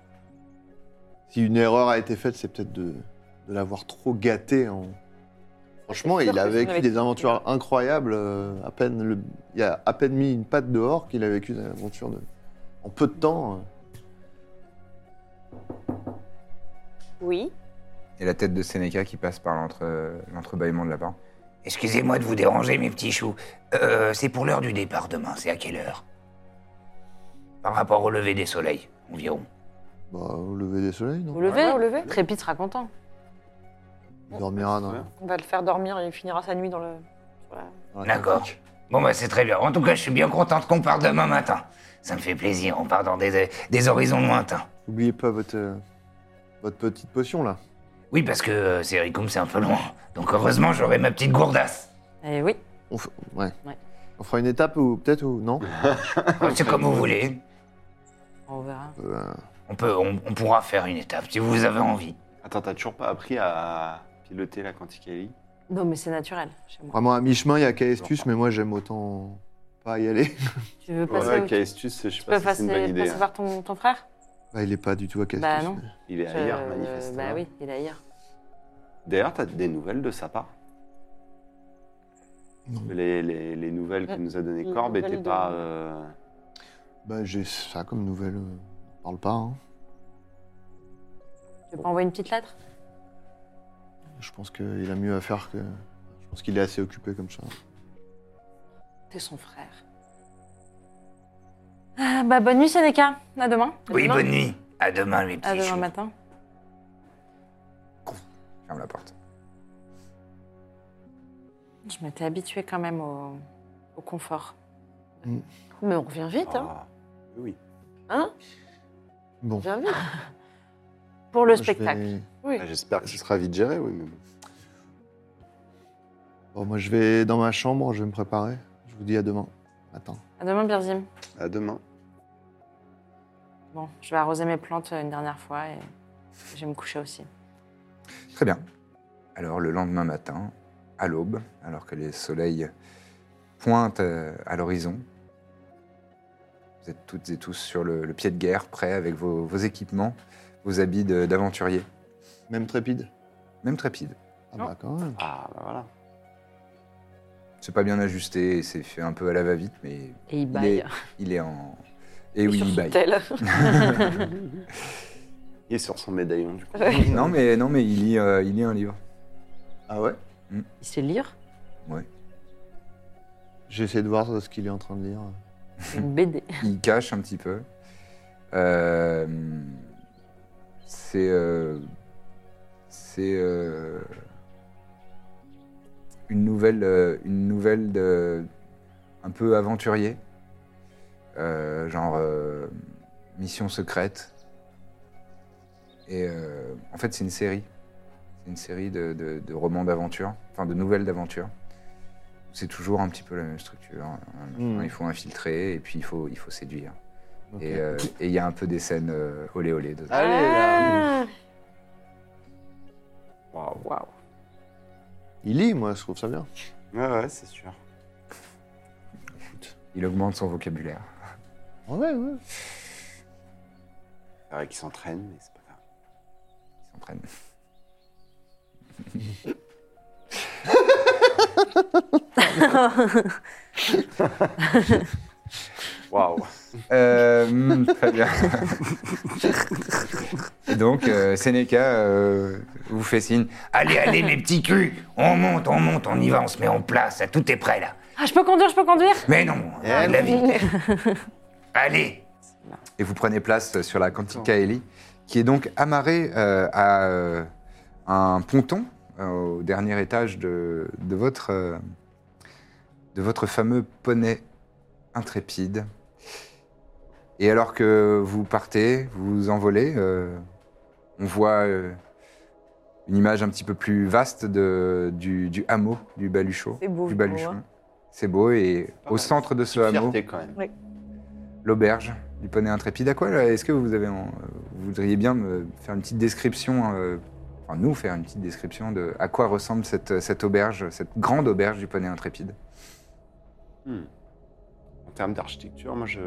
S4: Si une erreur a été faite, c'est peut-être de, de l'avoir trop gâté. En... Franchement,
S9: C'est sûr
S4: il a
S9: que si on
S4: vécu
S9: avait
S4: des
S9: été-
S4: aventures incroyables. euh, à peine le- il a à peine mis une patte dehors qu'il a vécu des aventures de- en peu de temps. euh.
S10: Oui.
S7: Et la tête de Seneca qui passe par l'entre- euh, l'entrebâillement de la barre.
S2: Excusez-moi de vous déranger, mes petits choux. Euh, c'est pour l'heure du départ demain, c'est à quelle heure Par rapport au lever des soleils, environ.
S4: Bah, au lever des soleils, non
S6: Vous levez
S10: Ouais, au lever.
S6: Trépide sera content.
S4: Il dormira dans,
S10: On va le faire dormir, il finira sa nuit dans le. Voilà.
S4: dans la
S2: D'accord.
S4: catapulte.
S2: Bon, bah, c'est très bien. En tout cas, je suis bien contente qu'on parte demain matin. Ça me fait plaisir, on part dans des, des horizons lointains.
S4: N'oubliez pas votre, euh, votre petite potion, là.
S2: Oui, parce que euh, Séricum, c'est un peu loin. Donc, heureusement, j'aurai ma petite gourdasse.
S6: Eh oui.
S4: On f- ouais.
S6: Ouais.
S4: On fera une étape ou peut-être ou non
S2: Oh, C'est comme vous voulez.
S6: On verra.
S4: Euh,
S2: On, peut, on, on pourra faire une étape si vous avez envie.
S5: Attends, t'as toujours pas appris à piloter la Quanticali
S6: Non, mais c'est naturel chez moi.
S4: Vraiment à mi-chemin, il y a Caestus, mais moi j'aime autant pas y aller.
S6: Tu veux passer,
S5: Ouais,
S6: au-
S5: Caestus, je sais
S6: tu peux
S5: pas si c'est
S6: passer,
S5: une bonne idée.
S6: passer
S5: hein.
S6: par ton, ton frère
S4: Bah, il est pas du tout à Caestus.
S6: Bah, non.
S4: mais-
S5: Il est ailleurs,
S6: Euh,
S5: manifestement.
S6: Bah oui, il est ailleurs.
S5: D'ailleurs, t'as des nouvelles de sa part
S4: Non.
S5: les, les- les nouvelles que
S6: Euh,
S10: Ouais,
S5: nous a données
S10: les
S5: Corbe
S10: nouvelles
S5: n'étaient
S10: de-
S5: pas. euh,
S4: Bah, j'ai ça comme nouvelle. euh, on parle pas, hein.
S6: Tu veux pas envoyer une petite lettre
S4: Je pense qu'il a mieux à faire que. Je pense qu'il est assez occupé comme ça.
S6: T'es son frère. Ah, bah bonne nuit Seneca. À demain.
S2: Oui, bonne nuit. À demain, les
S6: À
S2: petits
S6: demain
S2: choux.
S6: matin.
S7: Ferme la porte.
S6: Je m'étais habituée quand même au, au confort.
S7: Mm.
S10: Mais on revient vite, hein.
S5: ah, Oui.
S4: Bon.
S10: On revient vite.
S6: Pour le
S4: je
S6: spectacle.
S4: vais-
S10: Oui.
S5: Ah, J'espère que ce sera vite géré, oui. Mais bon.
S4: bon, moi je vais dans ma chambre, je vais me préparer. Je vous dis à demain matin.
S6: À demain Birzim.
S5: À demain.
S6: Bon, je vais arroser mes plantes euh, une dernière fois et je vais me coucher aussi.
S7: Très bien. Alors le lendemain matin, à l'aube, alors que les soleils pointent euh, à l'horizon, vous êtes toutes et tous sur le, le pied de guerre, prêts avec vos, vos équipements, vos habits de- d'aventurier,
S4: Même trépide
S7: même trépide.
S4: Ah,
S6: Non.
S4: bah quand même.
S5: Ah, bah voilà.
S7: C'est pas bien ajusté, et c'est fait un peu à la va-vite, mais
S6: Et il
S7: il est,
S6: baille.
S7: il est en. Et oui,
S10: Sur
S7: il
S10: son
S7: baille.
S10: tel.
S5: Il est sur son médaillon, du coup.
S7: Non mais, non, mais il, lit, euh, il lit un livre.
S4: Ah ouais
S6: Il sait lire.
S4: J'essaie de voir ce qu'il est en train de lire.
S6: Une BD.
S7: il cache un petit peu. Euh, c'est euh, c'est euh, une nouvelle euh, une nouvelle de un peu aventurier, Euh, genre euh, mission secrète. Et euh, en fait, c'est une série, c'est une série de, de- de romans d'aventure, enfin de nouvelles d'aventure. C'est toujours un petit peu la même structure. hein.
S4: Mm.
S7: Il faut infiltrer et puis il faut il faut séduire.
S4: Ok.
S7: Et euh, et il y a un peu des scènes euh, olé olé dedans.
S5: Allez, là.
S10: Waouh, waouh.
S4: Il lit, moi je trouve ça bien.
S5: Ouais, ouais, c'est sûr.
S7: Il augmente son vocabulaire.
S4: Ouais, ouais.
S5: Il paraît qu'il s'entraîne, mais c'est pas grave.
S7: Il s'entraîne.
S5: Waouh.
S7: Euh, hmm, très bien. Et Donc, euh, Seneca euh, vous fait signe.
S2: Allez, allez, mes petits culs. On monte, on monte, on y va, on se met en place. Tout est prêt, là.
S6: Ah, je peux conduire, je peux conduire
S2: Mais non,
S5: Eh
S2: de la vie. Allez,
S7: Et vous prenez place euh, sur la Canticaeli, qui est donc amarrée euh, à euh, un ponton euh, au dernier étage de, de votre, euh, de votre fameux poney intrépide. Et alors que vous partez, vous vous envolez, euh, on voit euh, une image un petit peu plus vaste de- du, du hameau du Baluchon.
S9: C'est beau,
S7: du
S9: je hein.
S7: Baluchon.
S9: vois.
S7: C'est beau, et
S5: pas
S7: au
S5: mal.
S7: centre de ce hameau,
S5: Fierté, quand même.
S7: l'auberge du Poney Intrépide. À quoi là, est-ce que vous avez, en- vous voudriez bien me faire une petite description, euh, enfin nous faire une petite description de à quoi ressemble cette, cette auberge, cette grande auberge du Poney Intrépide
S5: Hmm. En termes d'architecture, moi, je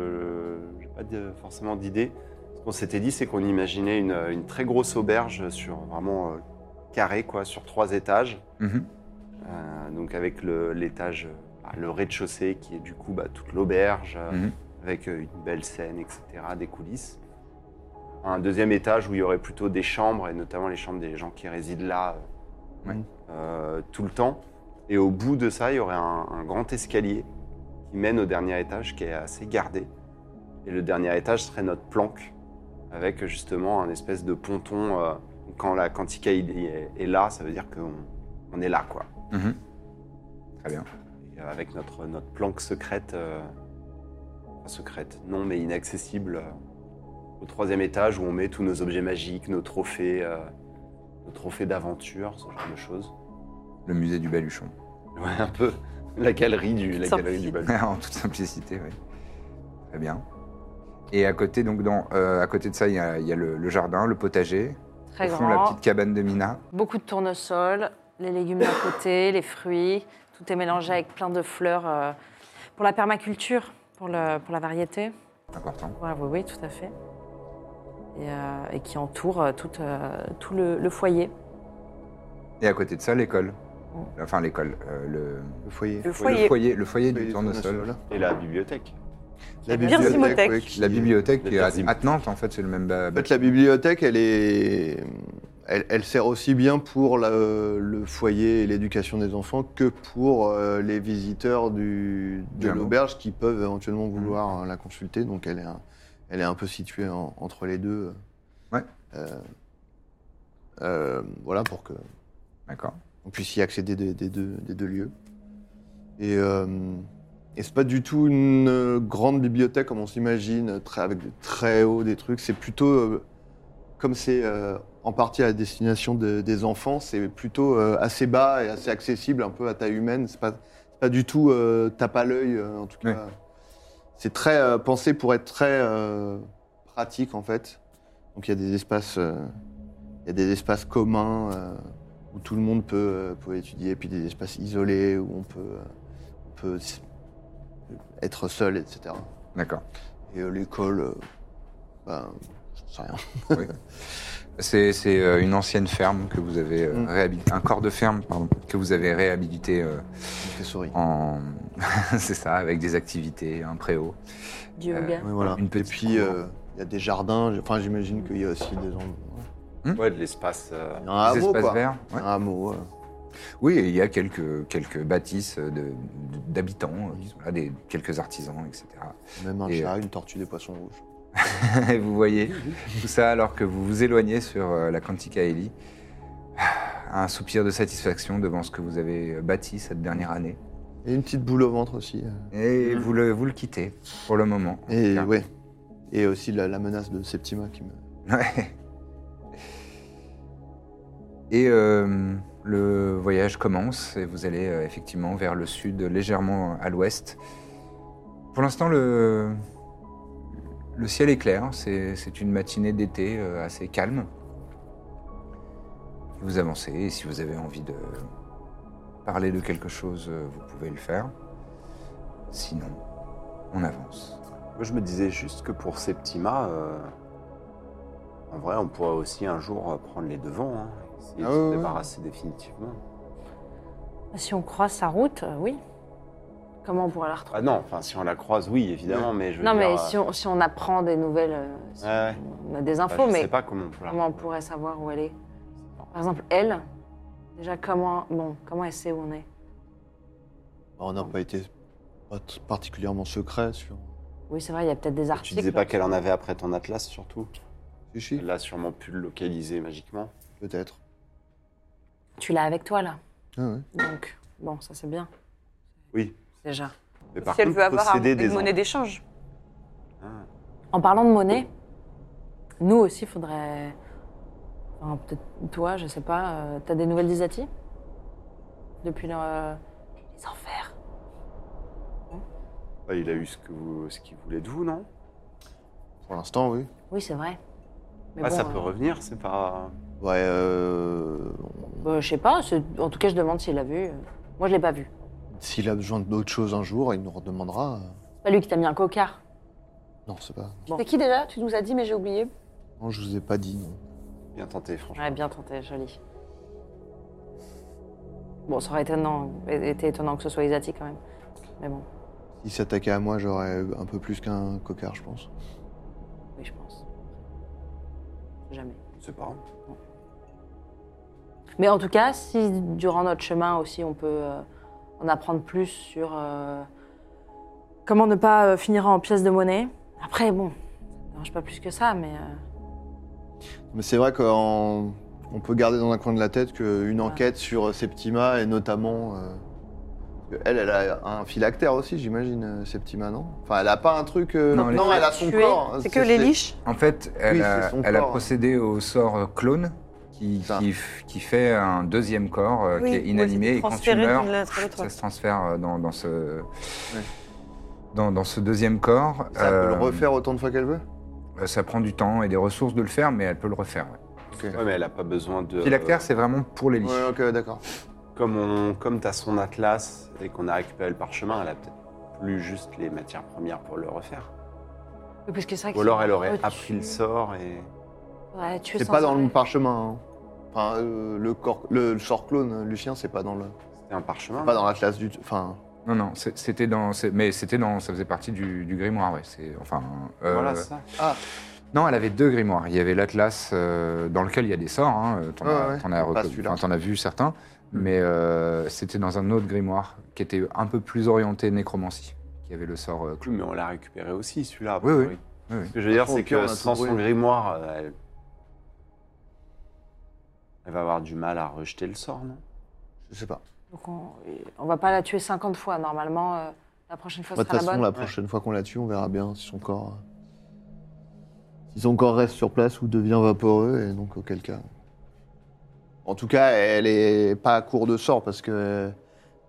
S5: n'ai pas de- forcément d'idée. Ce qu'on s'était dit, c'est qu'on imaginait une, une très grosse auberge sur vraiment euh, carré, quoi, sur trois étages.
S4: Mm-hmm.
S7: Mhm.
S5: Euh, donc avec le- l'étage, euh, bah, le rez-de-chaussée qui est du coup bah, toute l'auberge, euh,
S7: Mhm.
S5: avec euh, une belle scène, etc., des coulisses. un deuxième étage où il y aurait plutôt des chambres, et notamment les chambres des gens qui résident là euh,
S7: Ouais.
S5: euh, tout le temps. Et au bout de ça, il y aurait un, un grand escalier qui mène au dernier étage, qui est assez gardé. Et le dernier étage serait notre planque, avec justement un espèce de ponton. euh, quand la quantica il est, est là, ça veut dire qu'on on est là, quoi.
S4: Mm-hmm.
S7: Mhm. Très bien.
S5: Et Euh, avec notre, notre planque secrète, euh, enfin, secrète, non mais inaccessible, euh, au troisième étage où on met tous nos objets magiques, nos trophées, euh, nos trophées d'aventure, ce genre de choses.
S7: Le musée du Baluchon.
S5: Ouais, un peu la galerie du, la galerie du bal.
S7: en toute simplicité, oui. Très bien. Et à côté, donc, dans, euh, à côté de ça, il y a, il y a le, le jardin, le potager.
S6: Très
S7: au fond,
S6: grand.
S7: la petite cabane de Mina.
S6: Beaucoup de tournesol, les légumes d'un côté, les fruits. Tout est mélangé avec plein de fleurs euh, pour la permaculture, pour, le- pour la variété.
S7: Important.
S6: Ouais, oui, oui, tout à fait. Et, euh, et qui entoure euh, tout, euh, tout le, le foyer.
S7: Et à côté de ça, l'école.
S6: Mm.
S7: Enfin, l'école. euh, le...
S4: Le foyer.
S9: Le
S7: le
S9: foyer.
S7: foyer. Le foyer
S4: Foyer
S7: du
S4: du
S7: tournesol.
S4: tournesol.
S5: Et la bibliothèque.
S4: La
S9: Bibliothèque.
S4: ouais, qui-
S7: La bibliothèque qui est
S5: Bibliothèque.
S7: attenante, en fait, c'est le même. ba-
S4: En fait, la bibliothèque, elle est, elle, elle sert aussi bien pour la- le foyer et l'éducation des enfants que pour euh, les visiteurs du, de
S7: Du hameau.
S4: l'auberge qui peuvent éventuellement vouloir euh, la consulter. Donc, elle est un, elle est un peu située en- entre les deux.
S7: Ouais.
S4: Euh, euh, voilà, pour que
S7: D'accord.
S4: on puisse y accéder des, des deux, des deux lieux. Et, euh, et c'est pas du tout une euh, grande bibliothèque comme on s'imagine, très- avec des très hauts, des trucs. C'est plutôt, euh, comme c'est euh, en partie à destination de- des enfants, c'est plutôt euh, assez bas et assez accessible, un peu à taille humaine. C'est pas, c'est pas du tout euh, tape à l'œil, euh, en tout cas.
S7: Ouais.
S4: C'est très euh, pensé pour être très euh, pratique, en fait. Donc il y a des espaces, euh, il y a des espaces communs. euh, où tout le monde peut, euh, peut étudier, puis des espaces isolés où on peut, euh, on peut s- être seul, etc.
S7: D'accord.
S4: Et euh, l'école, euh, ben, j'en sais rien.
S7: C'est c'est, euh, une ancienne ferme que vous avez
S4: Mm.
S7: réhabilité. Un corps de ferme, pardon, que vous avez réhabilité euh,
S4: Montessori.
S7: en. c'est ça, avec des activités, un préau. euh,
S6: Du yoga.
S4: Oui, voilà.
S7: Une
S4: Et
S7: petite
S4: puis,
S7: cour.
S4: euh, il y a des jardins, j'- enfin, j'imagine qu'il y a aussi des endroits.
S5: Ouais, de l'espace. euh,
S4: Il y a un
S7: des
S4: hameau,
S7: espaces
S4: quoi.
S7: verts. ouais.
S4: Un hameau. euh.
S7: Oui, et il y a quelques, quelques bâtisses de- de- d'habitants, euh, qui sont là, des, quelques artisans, etc.
S4: Même un
S7: Et, euh,
S4: chat, une tortue, des poissons rouges.
S7: Et vous voyez tout ça alors que vous vous éloignez sur euh, la Cantica Eli. Un soupir de satisfaction devant ce que vous avez euh, bâti cette dernière année.
S4: Et une petite boule au ventre aussi. euh.
S7: Et vous, le, vous le quittez pour le moment. en
S4: Et
S7: tout cas.
S4: ouais. Et aussi la, la menace de Septima qui me.
S7: Ouais. Et euh, le voyage commence et vous allez euh, effectivement vers le sud, légèrement à l'ouest. Pour l'instant, le, le ciel est clair. C'est c'est une matinée d'été euh, assez calme. Vous avancez et si vous avez envie de parler de quelque chose, euh, vous pouvez le faire. Sinon, on avance.
S5: Moi, je me disais juste que pour Septima, euh, en vrai, on pourrait aussi un jour euh, prendre les devants, hein, essayer
S4: Ah ouais,
S5: de se
S4: ouais.
S5: débarrasser définitivement.
S6: Si on croise sa route, euh, oui. Comment on pourra la retrouver
S5: Ah non, enfin, si on la croise, oui, évidemment, mais je veux
S6: Non,
S5: dire,
S6: mais
S5: euh,
S6: si on, si on apprend des nouvelles, euh, si
S5: Ouais, ouais.
S6: on a des infos,
S5: enfin, Bah, je
S6: mais
S5: sais pas comment on peut la
S6: comment on pourrait savoir où elle est Par exemple, elle, déjà, comment, bon, comment elle sait où on est
S4: On n'a pas été pas t- particulièrement secret sur.
S6: Oui, c'est vrai, il y a peut-être des
S5: Tu
S6: articles.
S5: disais pas qu'elle en avait après ton atlas, surtout
S4: Si, si,
S5: Elle a sûrement pu le localiser magiquement.
S4: peut-être.
S6: Tu l'as avec toi, là.
S4: Ah ouais.
S6: Donc, bon, ça c'est bien,
S5: Oui.
S6: déjà.
S5: Mais par
S9: si elle
S5: contre,
S9: veut avoir un-
S5: posséder
S9: une
S5: des
S9: monnaie
S5: en-
S9: d'échange.
S5: Ah.
S6: En parlant de monnaie, nous aussi, faudrait. enfin, Peut-être toi, je sais pas, euh, t'as des nouvelles d'Isati Depuis le- euh, les enfers.
S5: Ah, il a eu ce que vous- ce qu'il voulait de vous, non
S4: Pour l'instant, oui.
S6: Oui, c'est vrai. Mais
S5: Ah,
S6: bon,
S5: ça
S6: euh,
S5: peut revenir, c'est pas.
S4: Ouais, euh,
S6: bah, je sais pas, c'est- en tout cas, je demande s'il l'a vu. euh. Moi, je l'ai pas vu.
S4: S'il a besoin d'autre chose un jour, il nous redemandera.
S6: C'est pas lui qui t'a mis un cocard.
S4: Non, c'est pas.
S6: Bon.
S10: C'est qui déjà Tu nous as dit, mais j'ai oublié.
S4: Non, je vous ai pas dit. non.
S5: Bien tenté, franchement.
S6: Ouais, bien tenté, joli. Bon, ça aurait été étonnant, euh, été étonnant que ce soit Isati quand même. Mais bon,
S4: S'il s'attaquait à moi, j'aurais un peu plus qu'un cocard, je pense.
S6: oui, je pense. Jamais.
S5: C'est pas grave.
S6: Mais en tout cas, si durant notre chemin aussi, on peut euh, en apprendre plus sur euh, comment ne pas euh, finir en pièces de monnaie. Après, bon, ça ne dérange pas plus que ça, mais euh,
S4: Mais c'est vrai qu'on on peut garder dans un coin de la tête qu'une enquête sur Septima et notamment. euh, elle, elle a un phylactère aussi, j'imagine, euh, Septima, non Enfin, elle a pas un truc. euh,
S7: Non,
S4: Non,
S7: elle est
S4: elle, a son
S9: Tuer,
S4: corps.
S9: C'est que les liches.
S7: En fait, elle,
S4: Oui, c'est
S7: a,
S4: son
S7: elle a
S4: corps.
S7: procédé au sort euh, clone qui,
S4: Ça.
S7: qui, f- qui fait un deuxième corps euh,
S9: Oui,
S7: qui est
S9: où
S7: inanimé
S9: elle s'est
S7: et quand tu
S9: transférée
S7: meurs,
S9: d'une lettre à l'autre.
S7: ça se transfère euh, dans, dans ce dans, dans ce deuxième corps.
S4: Ça peut le
S7: Euh,
S4: refaire autant de fois qu'elle veut
S7: euh, Ça prend du temps et des ressources de le faire, mais elle peut le refaire. ouais.
S5: Ouais, mais elle a pas besoin de.
S7: Phylactère, c'est vraiment pour les liches.
S4: Euh, Ouais, ok, d'accord.
S5: Comme, on, comme t'as son atlas et qu'on a récupéré le parchemin, elle a peut-être plus juste les matières premières pour le refaire.
S6: oui, parce que c'est vrai que
S5: Ou alors elle
S6: Ouais,
S5: aurait
S6: tu-
S5: appris le sort et.
S6: Ouais, tuer
S4: C'est
S6: sans
S4: pas dans
S6: arrêt.
S4: le parchemin. hein. Enfin, euh, le, corps, le, le sort clone, euh, Lucien, c'est pas dans le,
S5: C'était un parchemin.
S4: pas dans la classe du. t- Enfin,
S7: Non, non, c'est- c'était dans, c'est- mais c'était dans, ça faisait partie du, du grimoire, ouais. C'est, enfin, euh,
S5: Voilà, c'est ça.
S7: Non, elle avait deux grimoires. Il y avait l'Atlas euh, dans lequel il y a des sorts. Hein. euh, T'en
S4: Ouais,
S7: as,
S4: ouais.
S7: t'en as
S4: Pas
S7: reco-
S4: celui-là.
S7: enfin, t'en as vu certains, mais euh, c'était dans un autre grimoire qui était un peu plus orienté nécromancie, qui avait le sort euh, clou.
S5: Mais on l'a récupéré aussi, celui-là. a
S7: Oui, oui.
S5: priori.
S7: Oui, oui.
S5: Ce que je veux dire,
S4: Au
S5: c'est
S4: pire, on
S5: que
S4: a tout
S5: sans son
S4: brûlé.
S5: grimoire, euh, elle... elle va avoir du mal à rejeter le sort, non
S4: je sais pas.
S6: Donc on, on va pas la tuer 50 fois. Normalement, euh, la prochaine fois
S4: Bah, De
S6: sera
S4: toute
S6: la bonne.
S4: façon, la prochaine fois qu'on la tue, on verra bien si son corps. euh, Si son corps reste sur place ou devient vaporeux, et donc auquel cas. En tout cas, elle est pas à court de sort parce que euh,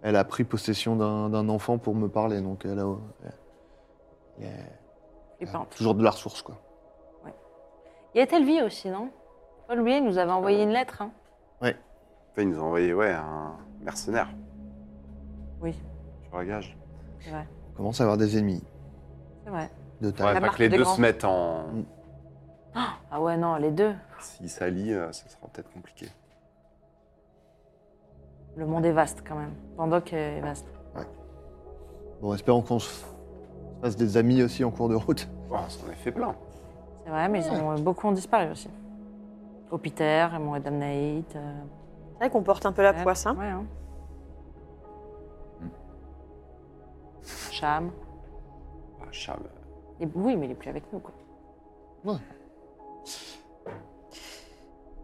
S4: elle a pris possession d'un d'un enfant pour me parler, donc elle a, elle a-
S6: Et
S4: elle a
S6: ben,
S4: toujours de la ressource quoi.
S6: Il y a Telvi aussi, non Faut pas l'oublier, il nous avait
S4: Euh.
S6: envoyé une lettre. hein.
S5: Enfin, ils nous ont envoyé, ouais, un mercenaire.
S6: Oui.
S5: Tu regages.
S4: On commence à avoir des ennemis
S6: C'est vrai.
S4: de
S5: Ouais,
S4: taille.
S6: La
S5: pas
S6: marque
S5: que les
S6: des
S5: deux
S6: grands.
S5: se mettent en.
S4: Mm.
S6: Ah ouais, non, les deux.
S5: S'ils s'allient, euh, ça sera peut-être compliqué.
S6: Le monde est vaste quand même. Pandoc est vaste.
S4: Bon, espérons qu'on se fasse des amis aussi en cours de route.
S5: Bon, Oh, on s'en est fait plein.
S6: C'est vrai, mais ils ont, euh, beaucoup ont disparu aussi. Hopiter, Moredam Naït. euh,
S9: C'est vrai qu'on porte un peu la
S6: ouais,
S9: poisse. hein.
S6: Ouais. Hein.
S7: Hmm.
S6: Cham.
S5: Ah, Charles,
S6: Et- oui, mais il est plus avec nous, quoi.
S4: Ouais.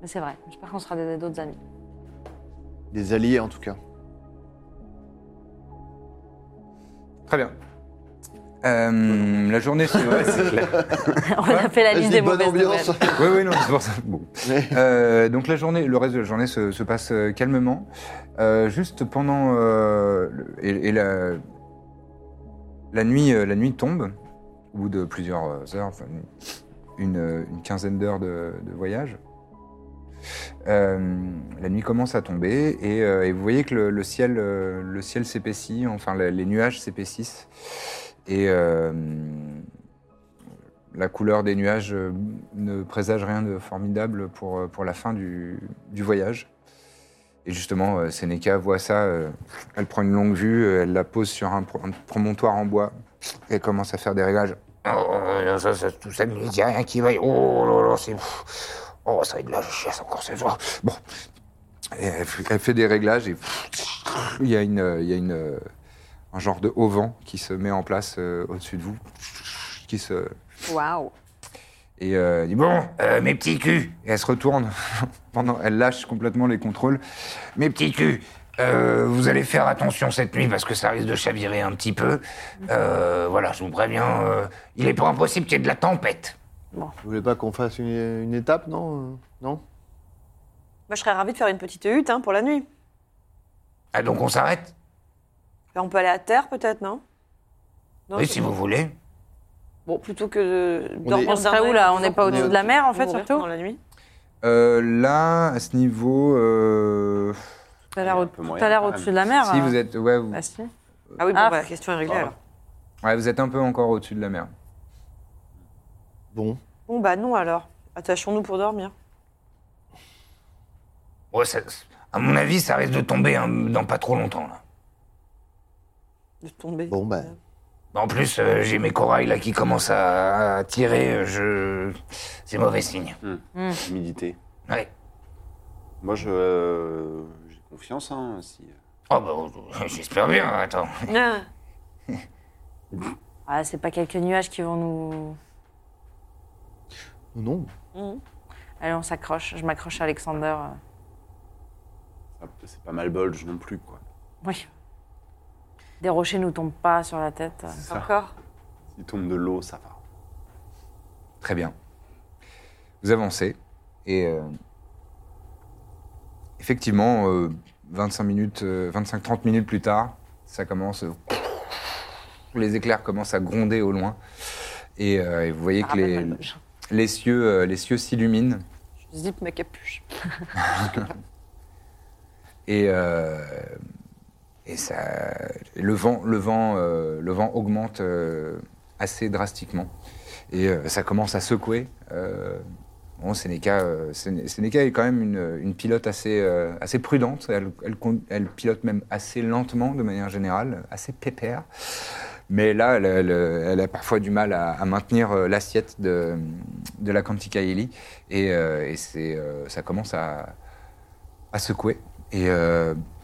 S6: Mais c'est vrai. J'espère qu'on sera des- d'autres amis.
S4: Des alliés en tout cas.
S7: Très bien. Euh, la journée se. ouais, c'est clair.
S6: On a fait la
S4: Je
S6: liste
S4: dis
S6: des
S4: bonne
S6: mauvaises
S4: ambiance.
S6: nouvelles.
S7: oui, oui, non, c'est pour ça. Bon.
S4: Mais-
S7: Euh, donc la journée, le reste de la journée se, se passe euh, calmement. Euh, juste pendant euh, le- et, et la la nuit, euh, la nuit tombe au bout de plusieurs euh, heures, enfin, une, une- une quinzaine d'heures de, de voyage. Euh, la nuit commence à tomber et, euh, et vous voyez que le, le ciel, euh, le ciel s'épaissit, enfin la- les nuages s'épaississent et euh, la couleur des nuages euh, ne présage rien de formidable pour, euh, pour la fin du, du voyage. Et justement, euh, Seneca voit ça, euh, elle prend une longue vue, euh, elle la pose sur un, pro- un promontoire en bois et elle commence à faire des réglages.
S11: Oh, ça, ça, tout ça, il n'y a rien qui vaille. Oh là là, c'est. Oh, ça va être de la chasse encore cette fois.
S7: Et elle, f- elle fait des réglages et il y a, une, euh, il y a une, euh, un genre de haut vent qui se met en place euh, au-dessus de vous, qui se,
S6: Waouh.
S7: Et euh, elle dit bon, euh, mes petits culs. Et elle se retourne. Pendant, elle lâche complètement les contrôles.
S11: Mes petits culs, euh, vous allez faire attention cette nuit parce que ça risque de chavirer un petit peu. Euh, voilà, je vous préviens, euh, il est pas impossible qu'il y ait de la tempête.
S4: Vous voulez pas qu'on fasse une, une étape, non euh, Non
S9: Moi, je serais ravie de faire une petite hutte hein, pour la nuit.
S11: Ah, donc on s'arrête
S9: Enfin, on peut aller à terre, peut-être, non Non,
S11: Oui,
S9: c'est-
S11: si vous voulez.
S9: Bon, plutôt que de
S4: est-
S9: dormir
S6: On serait où là On n'est pas
S4: On est
S6: au-dessus de la mer en fait, surtout
S9: Dans la nuit.
S7: Euh, là, à ce niveau, euh,
S6: T'as
S5: Il
S6: l'air
S5: y a
S6: au-
S5: un peu moyen,
S6: t'as l'air
S5: quand même.
S6: au-dessus de la mer.
S7: si
S6: hein.
S7: vous êtes, ouais, vous,
S6: Ah, si.
S9: Ah oui, bon,
S6: Ah.
S9: bah, la question est réglée alors.
S7: ouais, vous êtes un peu encore au-dessus de la mer.
S4: Bon.
S9: Bon, bah non alors. Attachons-nous pour dormir.
S11: Ouais, ça- à mon avis, ça risque de tomber hein, dans pas trop longtemps. Là.
S9: De tomber.
S4: Bon, bah.
S11: En plus, euh, j'ai mes corails là qui commencent à, à tirer. euh, Je... C'est mauvais signe.
S6: Mm.
S5: Humidité.
S11: Ouais.
S5: Moi, je. euh, J'ai confiance, hein. Si...
S11: Oh bah, j'espère bien, attends.
S9: Ah.
S6: Ah, c'est pas quelques nuages qui vont nous.
S4: Non.
S6: Allez, on s'accroche. Je m'accroche à Alexander. euh.
S5: Ah, C'est pas mal bolge non plus, quoi.
S6: Oui. Des rochers nous tombent pas sur la tête.
S9: Encore.
S5: S'il tombe de l'eau, ça va.
S7: Très bien. Vous avancez et euh, effectivement, euh, 25 minutes, 25-30 minutes plus tard, ça commence. euh, les éclairs commencent à gronder au loin et, euh, et vous voyez que les, les cieux, euh, les cieux s'illuminent
S9: Je zippe ma capuche.
S7: et, euh, et ça, le vent, le vent, euh, le vent augmente euh, assez drastiquement et euh, ça commence à secouer. Euh, bon, Seneca, euh, Sen- Seneca est quand même une, une pilote assez, euh, assez prudente. Elle, elle con- elle pilote même assez lentement de manière générale, assez pépère. Mais là, elle, elle, elle a parfois du mal à, à maintenir euh, l'assiette de, de la Cantica Eli. Et, euh, et c'est, euh, ça commence à, à secouer. Et, euh,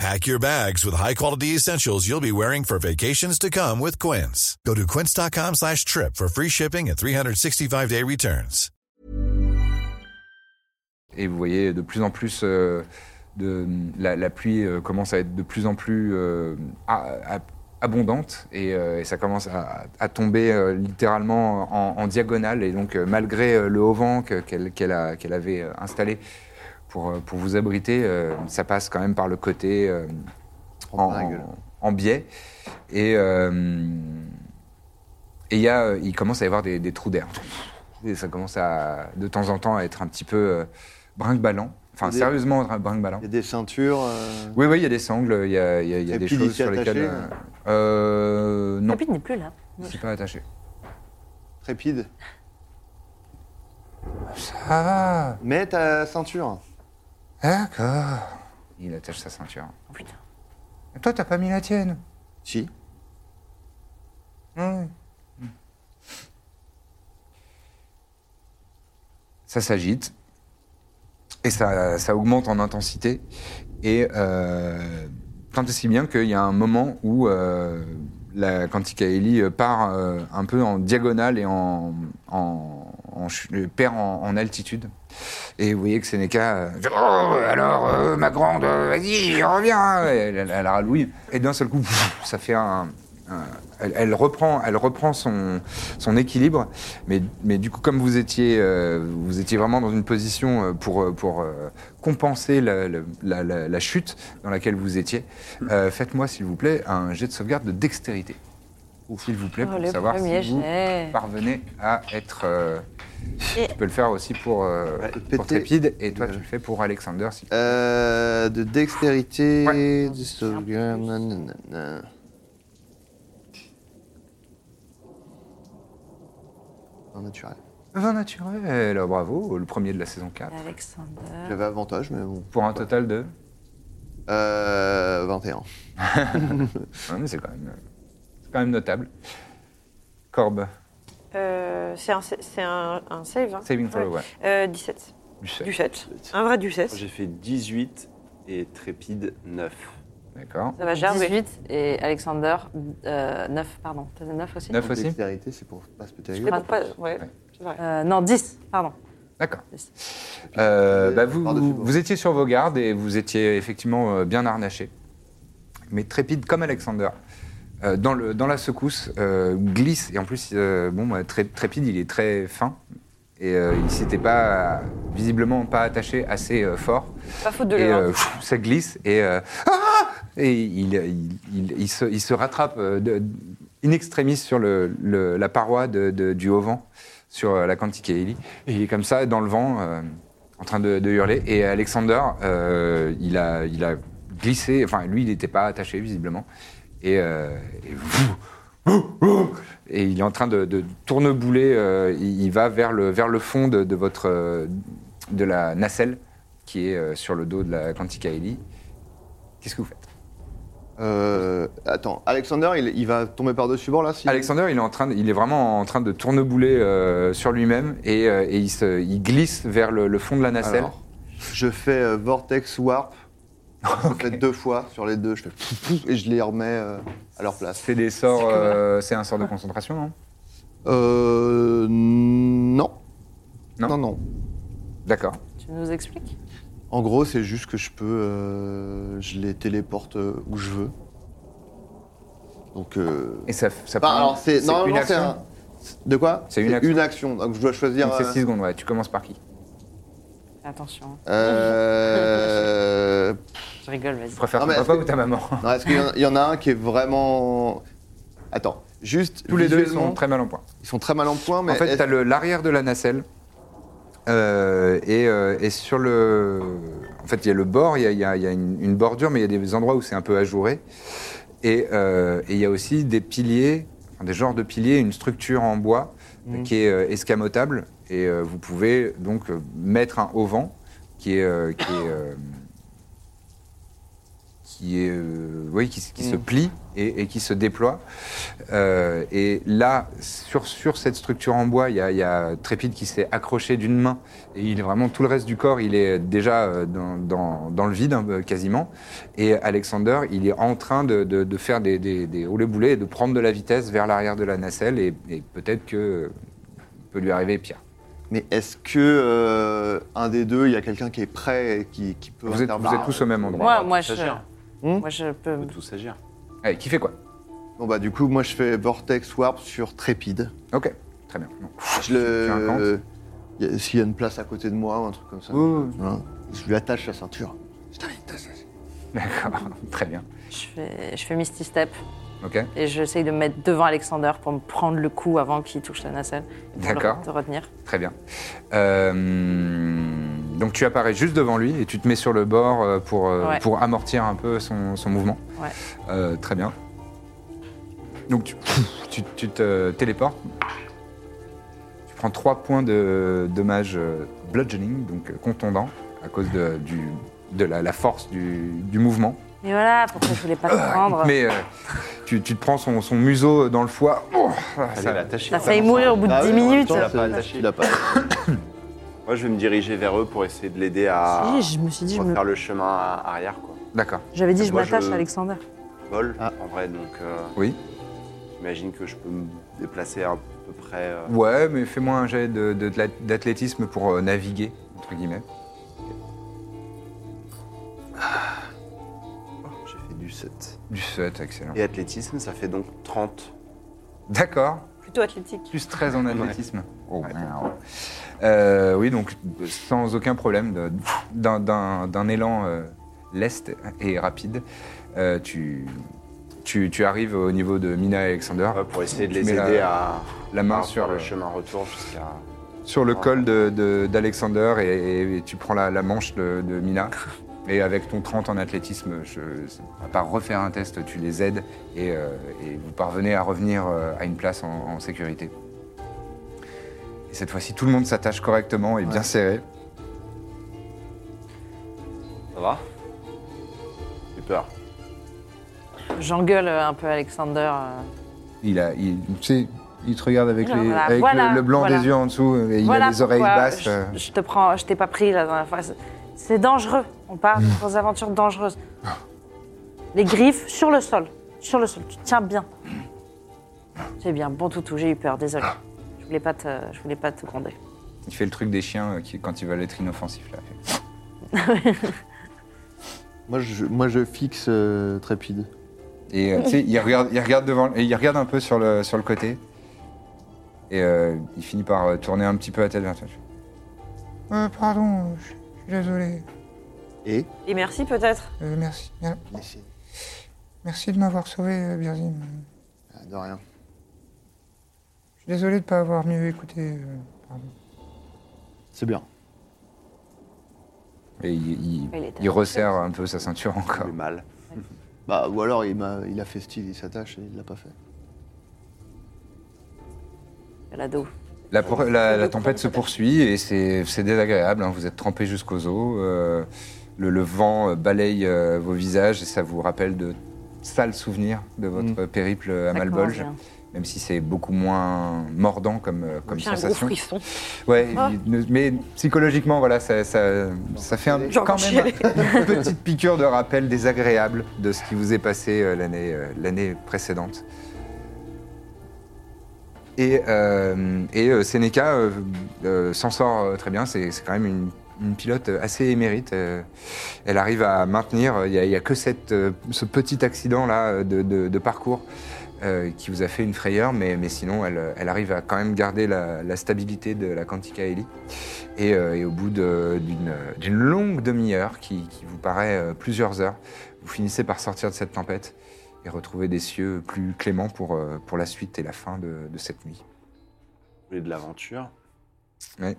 S1: Pack your bags with high-quality essentials you'll be wearing for vacations to come with Quince. Go to quince.com slash trip for free shipping and 365-day returns.
S7: Et vous voyez de plus en plus. euh, de, la, la pluie euh, commence à être de plus en plus euh, a- a- abondante et, euh, et ça commence à, à tomber euh, littéralement en, en diagonale. Et donc, euh, malgré euh, le haut vent que- qu'elle qu'elle a- qu'elle avait euh, installé pour, euh, pour vous abriter, euh, ça passe quand même par le côté euh, en,
S4: plein la gueule.
S7: en biais. Et, euh, et il y a, euh, il commence à y avoir des, des trous d'air. Et ça commence à, de temps en temps à être un petit peu euh, brinque-ballant. Enfin,
S4: Des-
S7: sérieusement, brinque-ballant.
S4: Il y a des ceintures. euh,
S7: Oui, oui, il y a des sangles, il y a, il y a- il y a
S4: Et
S7: des
S4: puis, il
S7: choses
S4: s'y est
S7: sur lesquelles.
S4: attaché,
S7: euh, euh, non,
S6: Capine n'est plus là.
S7: c'est pas attaché.
S4: Trépide.
S7: Ça va,
S4: Mets ta ceinture.
S7: d'accord. Il attache sa ceinture.
S6: Oh, putain.
S7: Et toi, t'as pas mis la tienne
S4: Si.
S7: Ouais. Ça s'agite et ça, ça augmente en intensité. Et euh, tant et si bien qu'il y a un moment où euh, la Quantica Eli euh, part euh, un peu en diagonale et en, en- en ch- euh, perd en, en altitude. Et vous voyez que Seneca. euh, Oh, alors, euh, ma grande, euh, vas-y, reviens Et Elle, elle, elle ralouille. Et d'un seul coup, pff, ça fait un. un- elle, elle reprend, elle reprend son, son équilibre, mais, mais du coup, comme vous étiez, euh, vous étiez vraiment dans une position euh, pour, euh, pour euh, compenser la, la- la- la- la chute dans laquelle vous étiez, euh, faites-moi, s'il vous plaît, un jet de sauvegarde de dextérité. S'il vous plaît, pour
S6: Oh, le
S7: savoir
S6: premier
S7: si vous
S6: jet.
S7: parvenez à être. euh,
S6: Et-
S7: Tu peux le faire aussi pour, euh,
S4: Ouais,
S7: pour
S4: péter.
S7: Trépide, et toi, tu le fais pour Alexander. Si...
S4: Euh, de dextérité.
S7: Ouais.
S4: De sauvegarde. nanana. Un naturel.
S7: 20 naturel, oh, bravo, le premier de la saison 4.
S6: Alexander.
S4: J'avais avantage, mais bon.
S7: Pour un total de.
S4: Euh, 21.
S7: Ouais, mais c'est quand même, c'est quand même notable. Corbe,
S9: Euh, c'est un, sa- c'est un, un save. hein.
S7: saving throw,
S9: Ouais.
S7: ouais.
S9: Euh, 17.
S7: Du sept.
S9: Du 7. Un vrai du 7.
S5: J'ai fait 18 et Trépide 9.
S7: D'accord.
S9: Ça va gerber.
S6: 18 et Alexander, euh, 9, pardon. T'as 9 aussi
S7: 9 aussi
S4: Dextérité, c'est pour pas se péter la
S9: Mais
S4: gueule.
S9: pour pas- ouais.
S6: Euh, Non, 10, pardon.
S7: D'accord.
S6: Yes.
S7: Euh, bah, vous,
S4: Par-dessus
S7: vous,
S4: bord.
S7: vous étiez sur vos gardes et vous étiez effectivement euh, bien harnaché. Mais trépide comme Alexander. euh, dans, le, dans la secousse, euh, glisse. Et en plus, euh, bon, bah, Tré- Trépide, il est très fin. Et euh, il s'était pas, visiblement, pas attaché assez euh, fort.
S9: Pas faute de
S7: et
S9: le
S7: euh, pff, ça glisse et, euh, Ah et il, il- il- il se, il se rattrape euh, de- in extremis sur le, le- la paroi de- de- du haut vent sur euh, la quantique et Ellie. Et il est comme ça, dans le vent, euh, en train de, de hurler. Et Alexander, euh, il, a, il a glissé, enfin lui, il n'était pas attaché visiblement. Et, euh, et vous, et il est en train de, de tournebouler. euh, il, il va vers le, vers le fond de, de votre euh, de la nacelle qui est euh, sur le dos de la Quantica Ellie. Qu'est-ce que vous faites
S4: Euh, attends, Alexander, il, il va tomber par-dessus bord là si...
S7: Alexander, il est en train, de- il est vraiment en train de tournebouler euh, sur lui-même et, euh, et il, se- il glisse vers le, le fond de la nacelle.
S4: Alors, je fais euh, Vortex Warp. Je le fais deux fois sur les deux. Je fais pouf, pouf, et je les remets euh, à leur place.
S7: C'est des sorts, euh, c'est un sort de concentration, non
S4: Euh. Non.
S7: Non.
S4: Non, non.
S7: D'accord.
S6: Tu nous expliques
S4: En gros, c'est juste que je peux. euh, je les téléporte euh, où je veux. Donc. euh,
S7: Et ça, ça
S4: bah,
S7: prend-
S4: alors, c'est.
S7: c'est une
S4: Normalement, c'est
S7: action.
S4: un. De quoi
S7: C'est une action.
S4: Donc, je dois choisir.
S7: Donc, C'est
S4: euh,
S7: 6 secondes. Ouais. Tu commences par qui
S6: Attention,
S4: euh,
S6: je rigole, vas-y.
S7: Tu préfères
S4: Non, mais
S7: ton
S4: est-ce
S7: papa
S4: que-
S7: ou ta maman
S4: Non, est-ce qu'il y en- il y, en a un qui est vraiment. Attends, juste.
S7: Tous les deux ils
S4: visuellement,
S7: sont très mal en point.
S4: ils sont très mal en point, mais.
S7: en fait,
S4: est-ce-
S7: t'as le- l'arrière de la nacelle. euh, et, euh, et sur le. En fait, il y a le bord, il y a, il y a- il y a une, une bordure, mais il y a des endroits où c'est un peu ajouré. Et euh, et il y a aussi des piliers, enfin, des genres de piliers, une structure en bois euh,
S4: Mmh.
S7: qui est euh, escamotable. Et euh, vous pouvez donc euh, mettre un auvent qui est. euh, qui est euh, qui est, euh, oui, qui, se- qui se
S4: Mmh.
S7: plie et, et qui se déploie. Euh, et là, sur, sur cette structure en bois, il y a, il y a Trépide qui s'est accroché d'une main. Et il est vraiment tout le reste du corps, il est déjà euh, dans, dans- dans le vide hein, euh, quasiment. Et Alexander, il est en train de, de- de faire des, des, des roulés-boulets et de prendre de la vitesse vers l'arrière de la nacelle. Et, et peut-être que euh, il peut lui arriver pire.
S4: Mais est-ce que euh, un des deux, il y a quelqu'un qui est prêt et qui, qui peut
S7: Vous êtes, vous
S4: intervenir
S7: êtes tous au même endroit.
S6: Moi,
S5: on
S6: moi,
S5: peut
S6: je,
S5: s'agir.
S4: Hmm
S6: moi, je peux.
S5: On peut tous agir.
S7: Allez, Eh, qui fait quoi
S4: Bon bah du coup, moi je fais Vortex Warp sur Trépide.
S7: Ok, très bien. Bon.
S4: Je
S7: Tu fais un camp
S4: le. il y a- S'il y a une place à côté de moi ou un truc comme ça. Voilà. Je lui attache la ceinture.
S7: D'accord, très bien.
S6: Je fais, je fais Misty Step
S7: Ok.
S6: et j'essaye de me mettre devant Alexander pour me prendre le coup avant qu'il touche la nacelle. et pour le-
S7: D'accord.
S6: Te retenir.
S7: Très bien. Euh, donc tu apparais juste devant lui et tu te mets sur le bord euh, pour, euh,
S6: Ouais.
S7: pour amortir un peu son, son mouvement.
S6: Ouais.
S7: Euh, très bien. Donc tu, tu- tu te téléportes. Tu prends 3 points de dommage euh, bludgeoning, donc euh, contondant, à cause de, du- de la, la force du- du mouvement.
S6: Et voilà, pourquoi je voulais pas te prendre.
S7: Mais euh, tu, tu te prends son, son museau dans le foie. Oh,
S5: Allez,
S7: ça-
S5: l'attacher.
S6: T'as failli mourir au bout de
S4: Bah
S6: 10
S4: oui, en même
S6: minutes.
S4: temps,
S5: Tu l'as pas
S4: c'est-
S5: attaché.
S4: tu l'as pas.
S5: Moi, je vais me diriger vers eux pour essayer de l'aider à
S6: Si, je me suis dit, je me-
S5: refaire le chemin à- arrière, quoi.
S7: D'accord.
S6: j'avais dit, je
S5: Moi, je-
S6: m'attache à Alexander.
S5: Vol,
S4: Ah.
S5: en vrai, donc euh,
S7: Oui.
S5: j'imagine que je peux me déplacer à peu près. euh,
S7: Ouais, mais fais-moi un jet de- de- de la- d'athlétisme pour euh, naviguer, entre guillemets. Mm.
S5: J'ai fait du 7.
S7: Du set, excellent.
S5: Et athlétisme, ça fait donc 30.
S7: D'accord.
S9: Plutôt athlétique.
S7: Plus 13 en athlétisme. Oh, wow. Euh, oui, donc sans aucun problème, de- d'un- d'un d'un élan euh, leste et rapide, euh, tu, tu, tu arrives au niveau de Mina et Alexander.
S5: Ouais, euh, pour essayer de
S7: Tu
S5: les
S7: mets la-
S5: aider à.
S7: la main
S5: à
S7: sur
S5: faire
S7: le-
S5: le chemin retour jusqu'à.
S7: sur le col de- de- d'Alexander de, et, et tu prends la, la manche de, de Mina. Et avec ton 30 en athlétisme, je, à part refaire un test, tu les aides et, euh, et vous parvenez à revenir euh, à une place en, en sécurité. Et cette fois-ci, tout le monde s'attache correctement et bien serré.
S5: Ça va J'ai peur.
S6: J'engueule euh, un peu Alexander. euh,
S7: Il, a, il, tu sais, il te regarde avec,
S6: Voilà,
S7: les-
S6: voilà,
S7: avec le-
S6: voilà,
S7: le, blanc
S6: voilà.
S7: des yeux en dessous et il
S6: Voilà
S7: a les oreilles
S6: pourquoi
S7: basses.
S6: Je,
S7: euh.
S6: je te prends, je t'ai pas pris la dernière fois. C'est- C'est dangereux. On part dans des aventures dangereuses. Les griffes sur le sol, sur le sol. Tu tiens bien. C'est bien, bon toutou. J'ai eu peur. Désolé. Je voulais pas te, je voulais pas te gronder.
S7: Il fait le truc des chiens euh, qui- quand ils veulent être inoffensifs. Là.
S4: Moi je, moi, je fixe euh, Trépide.
S7: Et euh, tu sais, il regarde, il regarde devant, et il regarde un peu sur le, sur le côté. Et euh, il finit par euh, tourner un petit peu la tête vers toi. Euh, pardon, je suis désolé.
S4: Et
S9: Et merci peut-être.
S7: Euh, merci.
S4: Merci.
S7: Merci de m'avoir sauvé, euh, Birzim.
S4: Ah, De rien.
S7: Je- suis désolé de ne pas avoir mieux écouté. euh, pardon.
S4: C'est bien.
S7: Et il, il-
S6: Il était
S7: il resserre un peu sa ceinture encore.
S5: du mal.
S4: Bah, ou alors il, m'a- il a fait style, il s'attache et il l'a pas fait.
S6: L'ado.
S7: La, por- la- la tempête se poursuit et c'est c'est désagréable. hein. Vous êtes trempé jusqu'aux os. euh, le, le vent euh, balaye euh, vos visages et ça vous rappelle de sales souvenirs de votre périple euh, à
S6: Ça commence
S7: Malbolge,
S6: bien.
S7: même si c'est beaucoup moins mordant comme, euh, comme
S10: J'ai un gros
S7: sensation.
S10: frisson. Ah.
S7: Ouais, ne- mais psychologiquement, voilà, ça, ça- ça fait un,
S9: Genre
S7: quand même une petite piqûre de rappel désagréable de ce qui vous est passé euh, l'année euh, l'année précédente. Et, euh, et euh, Seneca euh, euh, s'en sort euh, très bien, c'est c'est quand même une, une pilote euh, assez émérite. euh, elle arrive à maintenir, euh, il n'y a, il y a que cette, euh, ce petit accident-là euh, de, de- de parcours euh, qui vous a fait une frayeur, mais, mais sinon elle, euh, elle arrive à quand même garder la, la stabilité de la Quantica Ellie. Et, euh, et au bout de- d'une d'une longue demi-heure qui, qui vous paraît euh, plusieurs heures, vous finissez par sortir de cette tempête et retrouver des cieux plus cléments pour, euh, pour la suite et la fin de- de cette nuit.
S5: Vous voulez de l'aventure
S7: Ouais.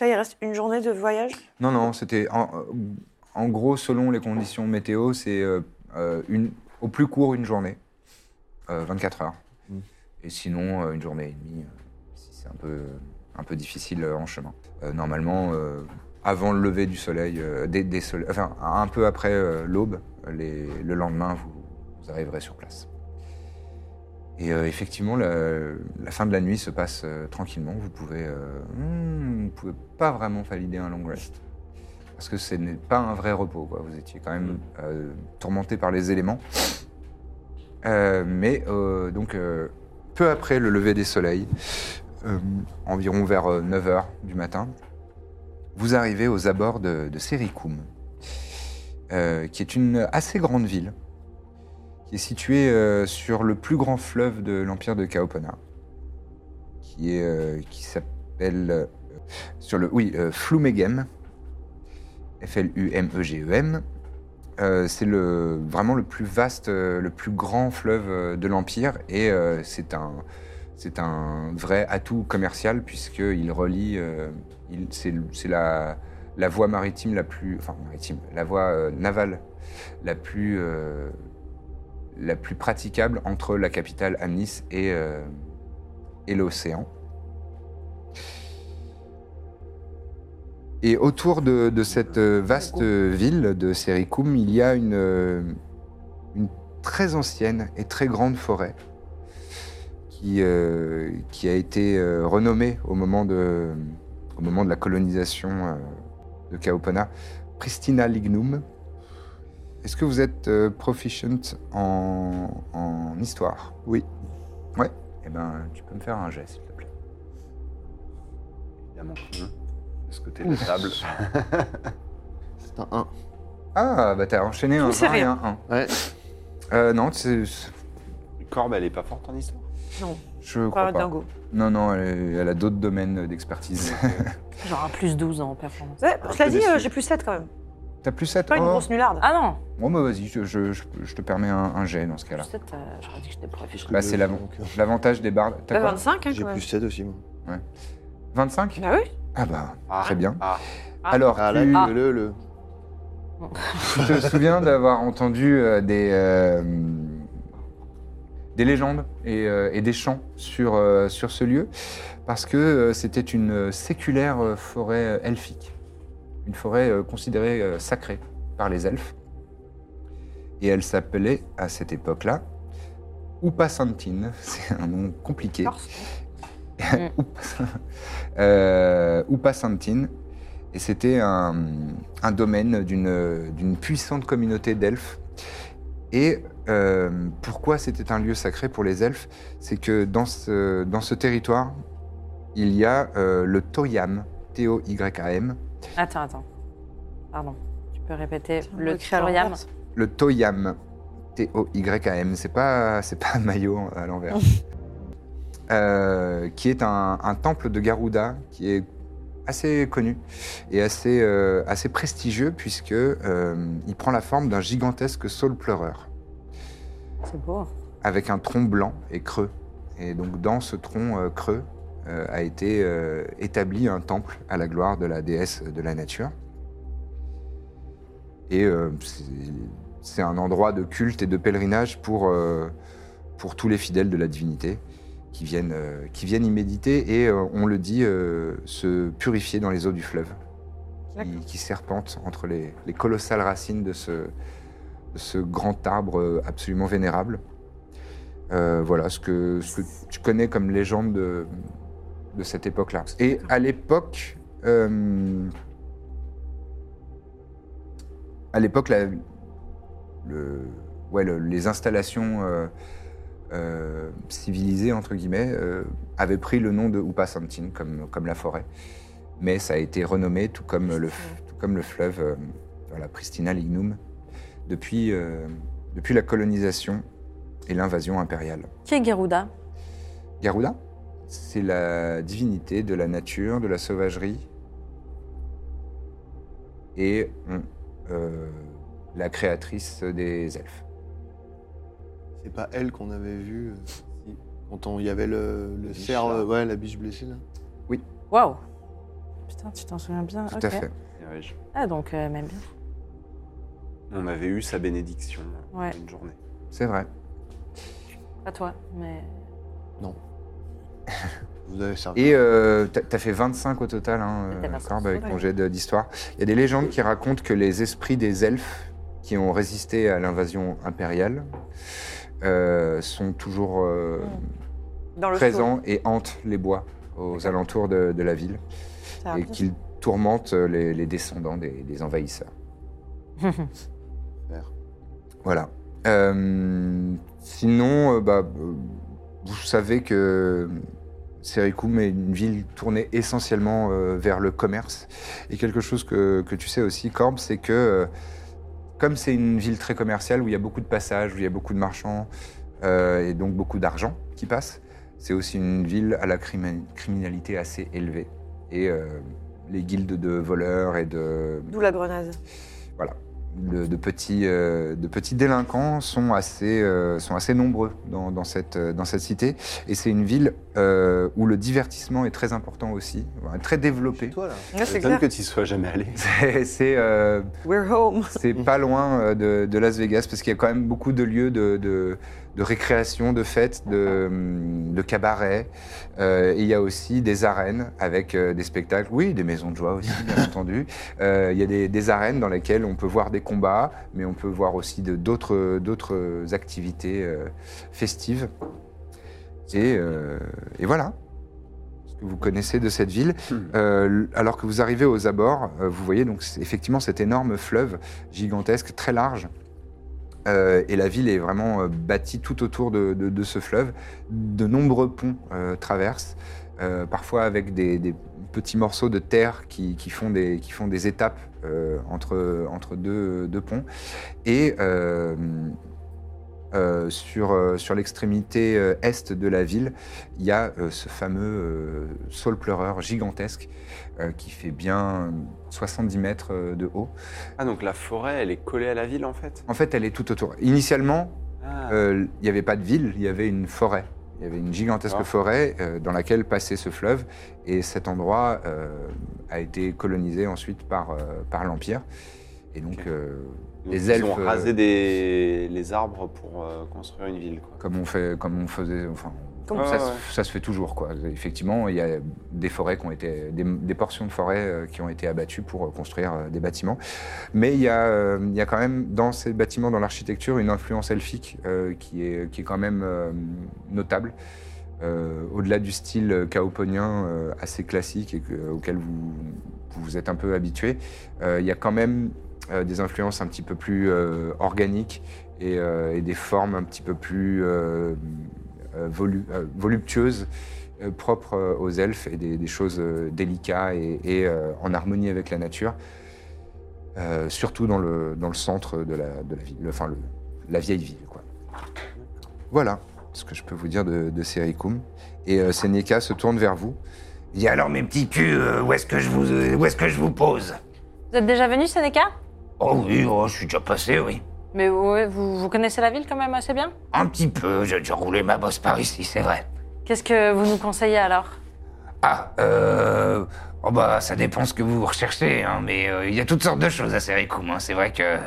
S9: Là, il reste une journée de voyage.
S7: Non, non, c'était en, en gros, selon les conditions météo, c'est euh, euh, une- au plus court une journée, euh, 24 heures. Et sinon, euh, une journée et demie, euh, si c'est un peu, un peu difficile euh, en chemin. Euh, normalement, euh, avant le lever du soleil, euh, des, des sole- enfin, un peu après euh, l'aube, les- le lendemain, vous, vous arriverez sur place. Et euh, effectivement, la, la fin de la nuit se passe euh, tranquillement. Vous pouvez, euh, hmm, vous pouvez pas vraiment valider un long rest. Parce que ce n'est pas un vrai repos. quoi. Vous étiez quand même euh, tourmenté par les éléments. Euh, mais euh, donc, euh, peu après le lever des soleils, euh, environ vers 9h du matin, vous arrivez aux abords de, de Sericum, euh, qui est une assez grande ville qui est situé euh, sur le plus grand fleuve de l'empire de Kaopona, qui est euh, qui s'appelle euh, sur le oui euh, Flumegem, F L U M E G E M. Euh, c'est le vraiment le plus vaste, euh, le plus grand fleuve euh, de l'empire et euh, c'est un c'est un vrai atout commercial puisque il relie euh, il- c'est c'est la la voie maritime la plus enfin maritime la voie euh, navale la plus euh, la plus praticable entre la capitale Amnis et, euh, et l'océan. Et autour de, de cette euh, vaste ville de Sericum, il y a une, euh, une très ancienne et très grande forêt qui, euh, qui a été euh, renommée au moment de, au moment de la colonisation euh, de Kaopona, Pristina Lignum. Est-ce que vous êtes euh, proficient en, en histoire Oui. Ouais. Eh ben, tu peux me faire un jet, s'il te plaît.
S5: Évidemment. Hein
S7: Mm.
S5: de ce côté de la table.
S4: C'est un 1.
S7: Ah, bah t'as enchaîné un
S9: me sers
S7: 1 et un 1.
S4: Ouais.
S7: Euh, non, c'est- c'est-
S5: Corbe, elle est pas forte en histoire.
S7: je crois
S9: Pas
S7: pas.
S9: dingo.
S7: Non, non, elle, elle a d'autres domaines d'expertise.
S6: Genre un plus 12 en performance.
S9: Ouais,
S5: Un
S9: Cela
S5: peu
S9: dit,
S5: déçu.
S9: euh, j'ai plus 7 quand même.
S7: t'as plus 7
S9: Pas une grosse nullarde.
S6: Ah non
S7: Bon, bah vas-y, je, je- je- je te permets un, un jet dans ce cas-là.
S6: Peut-être, euh, j'aurais dit que j'étais prof.
S7: Bah, c'est l'avant-
S4: Donc, euh,
S7: L'avantage des barres. T'as
S9: Bah,
S7: quoi
S9: 25 hein,
S4: J'ai
S9: quand même.
S4: plus 7 aussi, moi.
S7: 25
S9: Bah oui.
S7: Ah, bah,
S5: Ah,
S7: très bien.
S5: ah.
S7: Alors,
S4: Ah là,
S7: tu-
S4: le, le, le.
S7: Tu te souviens d'avoir entendu euh, des, euh, des légendes et, euh, et des chants sur, euh, sur ce lieu parce que euh, c'était une euh, séculaire euh, forêt euh, elfique, une forêt euh, considérée euh, sacrée par les elfes. Et elle s'appelait à cette époque-là Upasantine, c'est un nom compliqué. Oups. Euh, Upasantine. Et c'était un, un domaine d'une d'une puissante communauté d'elfes. Et euh, pourquoi c'était un lieu sacré pour les elfes C'est que dans ce, dans ce territoire, il y a euh, le Toyam, T-O-Y-A-M.
S6: Attends, attends. Pardon. Tu peux répéter
S9: Tiens,
S6: le
S9: écrit à
S6: Toriam
S9: l'envers.
S7: Le Toyam, T-O-Y-A-M, c'est pas, c'est pas un maillot à l'envers. Euh, qui est un, un temple de Garuda qui est assez connu et assez, euh, assez prestigieux puisque euh, il prend la forme d'un gigantesque saule pleureur.
S6: C'est beau.
S7: avec un tronc blanc et creux. Et donc dans ce tronc euh, creux euh, a été euh, établi un temple à la gloire de la déesse de la nature. Et euh, c'est- c'est un endroit de culte et de pèlerinage pour, euh, pour tous les fidèles de la divinité qui viennent, euh, qui viennent y méditer et, euh, on le dit, euh, se purifier dans les eaux du fleuve qui, qui serpentent entre les, les colossales racines de ce, de ce grand arbre euh, absolument vénérable. Euh, voilà ce que, ce que tu connais comme légende de, de cette époque-là. Et à l'époque, euh, à l'époque, la- le- ouais, le- les installations euh, euh, civilisées entre guillemets euh, avaient pris le nom de Upasantin comme, comme la forêt, mais ça a été renommé tout comme le, f- tout comme le fleuve, euh, voilà, Pristina Lignum, depuis, euh, depuis la colonisation et l'invasion impériale.
S6: Qui est Garuda
S7: Garuda, c'est la divinité de la nature, de la sauvagerie et hum, euh, la créatrice des elfes.
S4: C'est pas elle qu'on avait vue euh, quand on- il y avait le, le cerf, euh, ouais, la biche blessée là.
S6: Waouh Putain, tu t'en souviens bien.
S7: Tout
S6: ok.
S7: à fait.
S5: Et ouais, je-
S6: Ah, donc, euh, même bien.
S5: On avait eu sa bénédiction euh,
S6: Ouais.
S5: une journée.
S7: C'est vrai.
S6: Pas toi, mais.
S4: Vous avez servi.
S7: Et euh, t'as t'as fait 25 au total, hein,
S6: T'as
S7: euh,
S6: fait
S7: Corbe,
S6: 25,
S7: avec
S6: ouais.
S7: mon jet de- d'histoire. Il y a des légendes qui racontent que les esprits des elfes qui ont résisté à l'invasion impériale euh, sont toujours euh,
S6: Hmm.
S9: Dans le saut.
S7: présents et hantent les bois aux alentours de, de la ville
S9: Ça va
S7: et
S9: bien.
S7: qu'ils tourmentent les, les descendants des, des envahisseurs. Voilà. Euh, sinon, euh, bah, euh, vous savez que Sericum est une ville tournée essentiellement euh, vers le commerce. Et quelque chose que, que tu sais aussi, Corbe, c'est que euh, comme c'est une ville très commerciale où il y a beaucoup de passages, où il y a beaucoup de marchands euh, et donc beaucoup d'argent qui passe, c'est aussi une ville à la crimi- criminalité assez élevée. Et euh, les guildes de voleurs et de
S9: D'où la grenade.
S7: de, de petits, euh, de petits délinquants sont assez, euh, sont assez nombreux dans, dans cette, euh, dans cette cité. Et c'est une ville euh, où le divertissement est très important aussi, voilà, très développé.
S4: toi là.
S9: Ouais, c'est
S5: Étonne
S9: clair.
S5: que tu y sois jamais allé.
S7: C'est- C'est euh,
S9: We're home.
S7: c'est pas loin euh, de, de Las Vegas parce qu'il y a quand même beaucoup de lieux de, de- de récréation, de fêtes, de, hum, de cabarets. Euh, et il y a aussi des arènes avec euh, des spectacles, oui, des maisons de joie aussi, bien entendu. Euh, il y a des, des arènes dans lesquelles on peut voir des combats, mais on peut voir aussi de- d'autres d'autres activités euh, festives. Et, euh, et voilà ce que vous connaissez de cette ville. Euh, l- alors que vous arrivez aux abords, euh, vous voyez donc c- effectivement cet énorme fleuve gigantesque, très large. Euh, et la ville est vraiment euh, bâtie tout autour de, de- de ce fleuve. De nombreux ponts euh, traversent, euh, parfois avec des, des petits morceaux de terre qui, qui font, des, qui font des étapes euh, entre, entre deux, deux ponts. Et euh, euh, sur, euh, sur l'extrémité euh, est de la ville, il y a euh, ce fameux euh, saule pleureur gigantesque euh, qui fait bien 70 mètres euh, de haut.
S5: Ah, donc la forêt, elle est collée à la ville en fait
S7: En fait, elle est tout autour. Initialement,
S5: Ah,
S7: euh, il n'y avait pas de ville, il y avait une forêt. Il y avait une gigantesque
S5: D'accord.
S7: forêt euh, dans laquelle passait ce fleuve. Et cet endroit euh, a été colonisé ensuite par, euh, par l'Empire. Et donc,
S5: Ok.
S7: euh,
S5: donc
S7: les
S5: ils ont
S7: elfes, euh,
S5: rasé des... les arbres pour euh, construire une ville. Quoi.
S7: comme, on fait, comme on faisait. Enfin,
S5: Comme-
S7: ça,
S5: Ah ouais.
S7: se- ça se fait toujours. Quoi. Effectivement, il y a des forêts qui ont été. des, des portions de forêt euh, qui ont été abattues pour euh, construire euh, des bâtiments. Mais il y, a, euh, il y a quand même dans ces bâtiments, dans l'architecture, une influence elfique euh, qui, est, qui est quand même euh, notable. Euh, Au-delà du style euh, caoponien euh, assez classique et que- euh, auquel vous vous vous êtes un peu habitué, euh, il y a quand même euh, des influences un petit peu plus euh, organiques et, euh, et des formes un petit peu plus euh, euh, volu- euh, voluptueuses euh, propres euh, aux elfes et des, des choses euh, délicates et, et, euh, en harmonie avec la nature, Euh, surtout dans le, dans le centre de la, de la ville, le- enfin le- la vieille ville. Quoi. Voilà ce que je peux vous dire de, de Sericum. Et euh, Seneca se tourne vers vous. Il dit alors mes petits
S11: Puis, euh, où est-ce que je vous, euh, où est-ce que je vous pose
S6: Vous êtes déjà venu, Seneca
S11: Oh oui, oh, je suis déjà passé, oui.
S6: Mais ouais, vous, vous connaissez la ville quand même assez bien
S2: Un petit peu, j'ai déjà roulé ma bosse par ici, c'est vrai.
S6: Qu'est-ce que vous nous conseillez alors
S2: Ah, euh. Oh bah, ça dépend ce que vous recherchez, hein, mais euh, il y a toutes sortes de choses à Sericum. hein. C'est vrai que.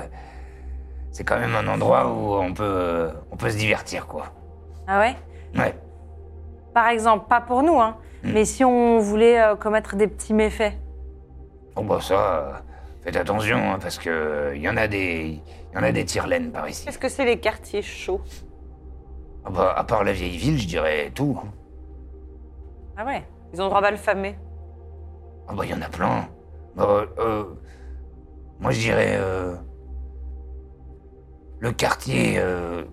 S2: C'est quand même un endroit où on peut, euh, on peut se divertir, quoi.
S6: Ah ouais
S2: Ouais.
S6: Par exemple, pas pour nous, hein,
S7: Hmm.
S6: mais si on voulait euh, commettre des petits méfaits.
S2: Oh bah, ça. euh, faites attention, hein, parce que. euh, Il y en a des. Il y en a des tirelaines par ici.
S9: Qu'est-ce que c'est les quartiers chauds
S2: Ah bah, à part la vieille ville, je dirais tout. hein.
S6: Ah ouais
S9: Ils ont droit à famé.
S2: Ah bah, il y en a plein. Bah, euh, euh, moi, je dirais... euh, le quartier... euh,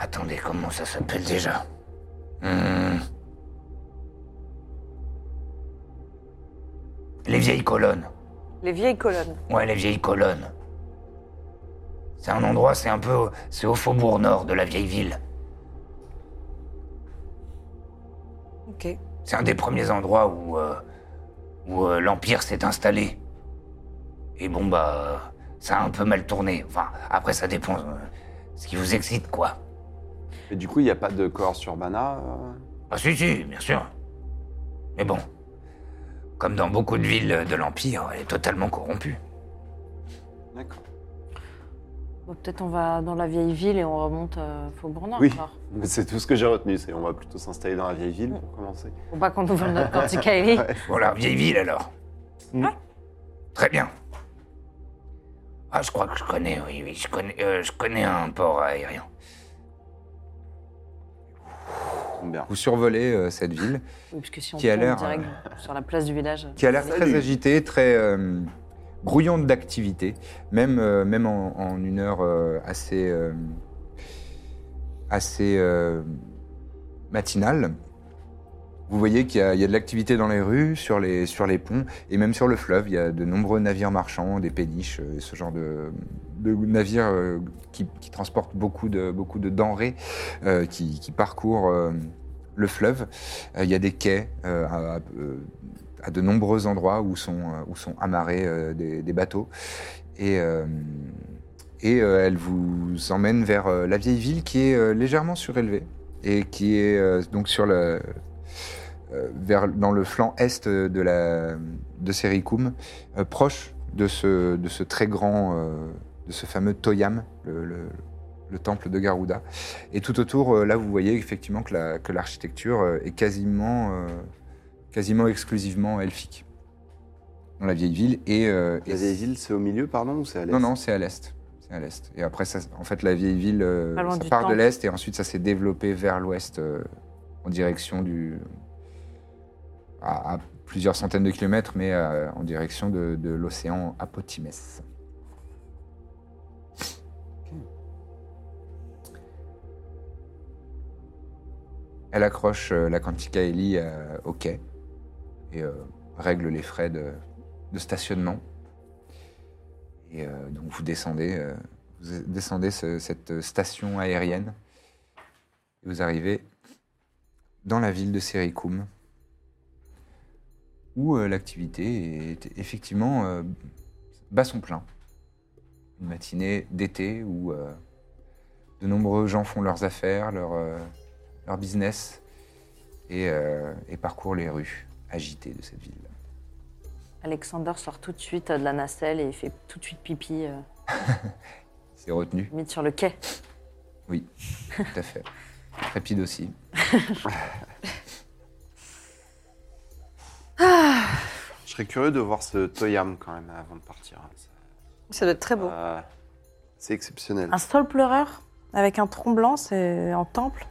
S2: Attendez, comment ça s'appelle déjà Hmm. Les vieilles colonnes.
S9: Les vieilles colonnes.
S2: Ouais, les vieilles colonnes. C'est un endroit, c'est un peu... au- C'est au faubourg nord de la vieille ville.
S12: Ok.
S2: C'est un des premiers endroits où, euh, où euh, l'Empire s'est installé. Et bon, bah, euh, ça a un peu mal tourné. Enfin, après, ça dépend euh, ce qui vous excite, quoi.
S5: Et du coup, il n'y a pas de corps sur Bana. euh,
S2: Ah, si, si, bien sûr. Mais bon, comme dans beaucoup de villes de l'Empire, elle est totalement corrompue.
S5: D'accord.
S6: Bon, Peut-être on va dans la vieille ville et on remonte euh, Faubourg Nord.
S5: Oui.
S6: alors.
S5: Mais c'est tout ce que j'ai retenu, c'est on va plutôt s'installer dans la vieille ville pour commencer.
S6: Faut pas qu'on nous vende notre Canticaeli.
S2: Voilà, vieille ville alors. Ah.
S13: Mm.
S2: Très bien. Ah, je crois que je connais, oui, oui, je connais, euh, je connais un port aérien.
S5: Tombe bien.
S7: Vous survolez euh, cette ville
S6: Oui, parce que si on
S7: Qui a
S6: tombe
S7: l'air,
S6: direct sur la place du village.
S7: qui a l'air très
S5: Salut.
S7: agitée, très euh, grouillante d'activité, même, euh, même en, en une heure euh, assez, euh, assez euh, matinale. Vous voyez qu'il y, a- il y a de l'activité dans les rues, sur les, sur les ponts et même sur le fleuve. Il y a de nombreux navires marchands, des péniches, euh, ce genre de, de navires euh, qui, qui transportent beaucoup de, beaucoup de denrées euh, qui, qui parcourent euh, le fleuve. Euh, il y a des quais euh, à- à- euh, à de nombreux endroits où sont, euh, où sont amarrés euh, des, des bateaux. Et, euh, et euh, elle vous emmène vers euh, la vieille ville qui est euh, légèrement surélevée et qui est euh, donc sur le, euh, vers, dans le flanc est de, la, de Sericum, euh, proche de ce, de ce très grand, euh, de ce fameux Toyam, le, le- le temple de Garuda. Et tout autour, euh, là, vous voyez effectivement que la- que l'architecture euh, est quasiment... euh, quasiment exclusivement elfique dans la vieille ville et, euh, et-
S5: La vieille ville, c'est au milieu, pardon, ou c'est à l'est
S7: non non c'est à l'est c'est à l'est et après ça en fait la vieille ville euh,
S6: Pas loin
S7: ça
S6: du
S7: part de
S6: temple.
S7: l'est et ensuite ça s'est développé vers l'ouest euh, en direction du à, à plusieurs centaines de kilomètres mais euh, en direction de, de l'océan Apotimes Elle accroche euh, la Cantica Ellie euh, au quai et euh, règle les frais de, de stationnement. Et euh, donc vous descendez, euh, vous descendez ce- cette station aérienne et vous arrivez dans la ville de Sericum où euh, l'activité est effectivement euh, bat son plein. Une matinée d'été où euh, de nombreux gens font leurs affaires, leurs euh, leur business et, euh, et parcourent les rues agitées de cette ville.
S6: Alexander sort tout de suite euh, de la nacelle et il fait tout de suite pipi, euh,
S7: C'est retenu,
S6: limite sur le quai.
S7: tout à fait. Rapide aussi.
S5: Je serais curieux de voir ce Toyam quand même avant de partir.
S9: Ça doit être très beau.
S5: Euh, c'est exceptionnel.
S6: Un stole pleureur avec un tronc blanc, c'est en temple.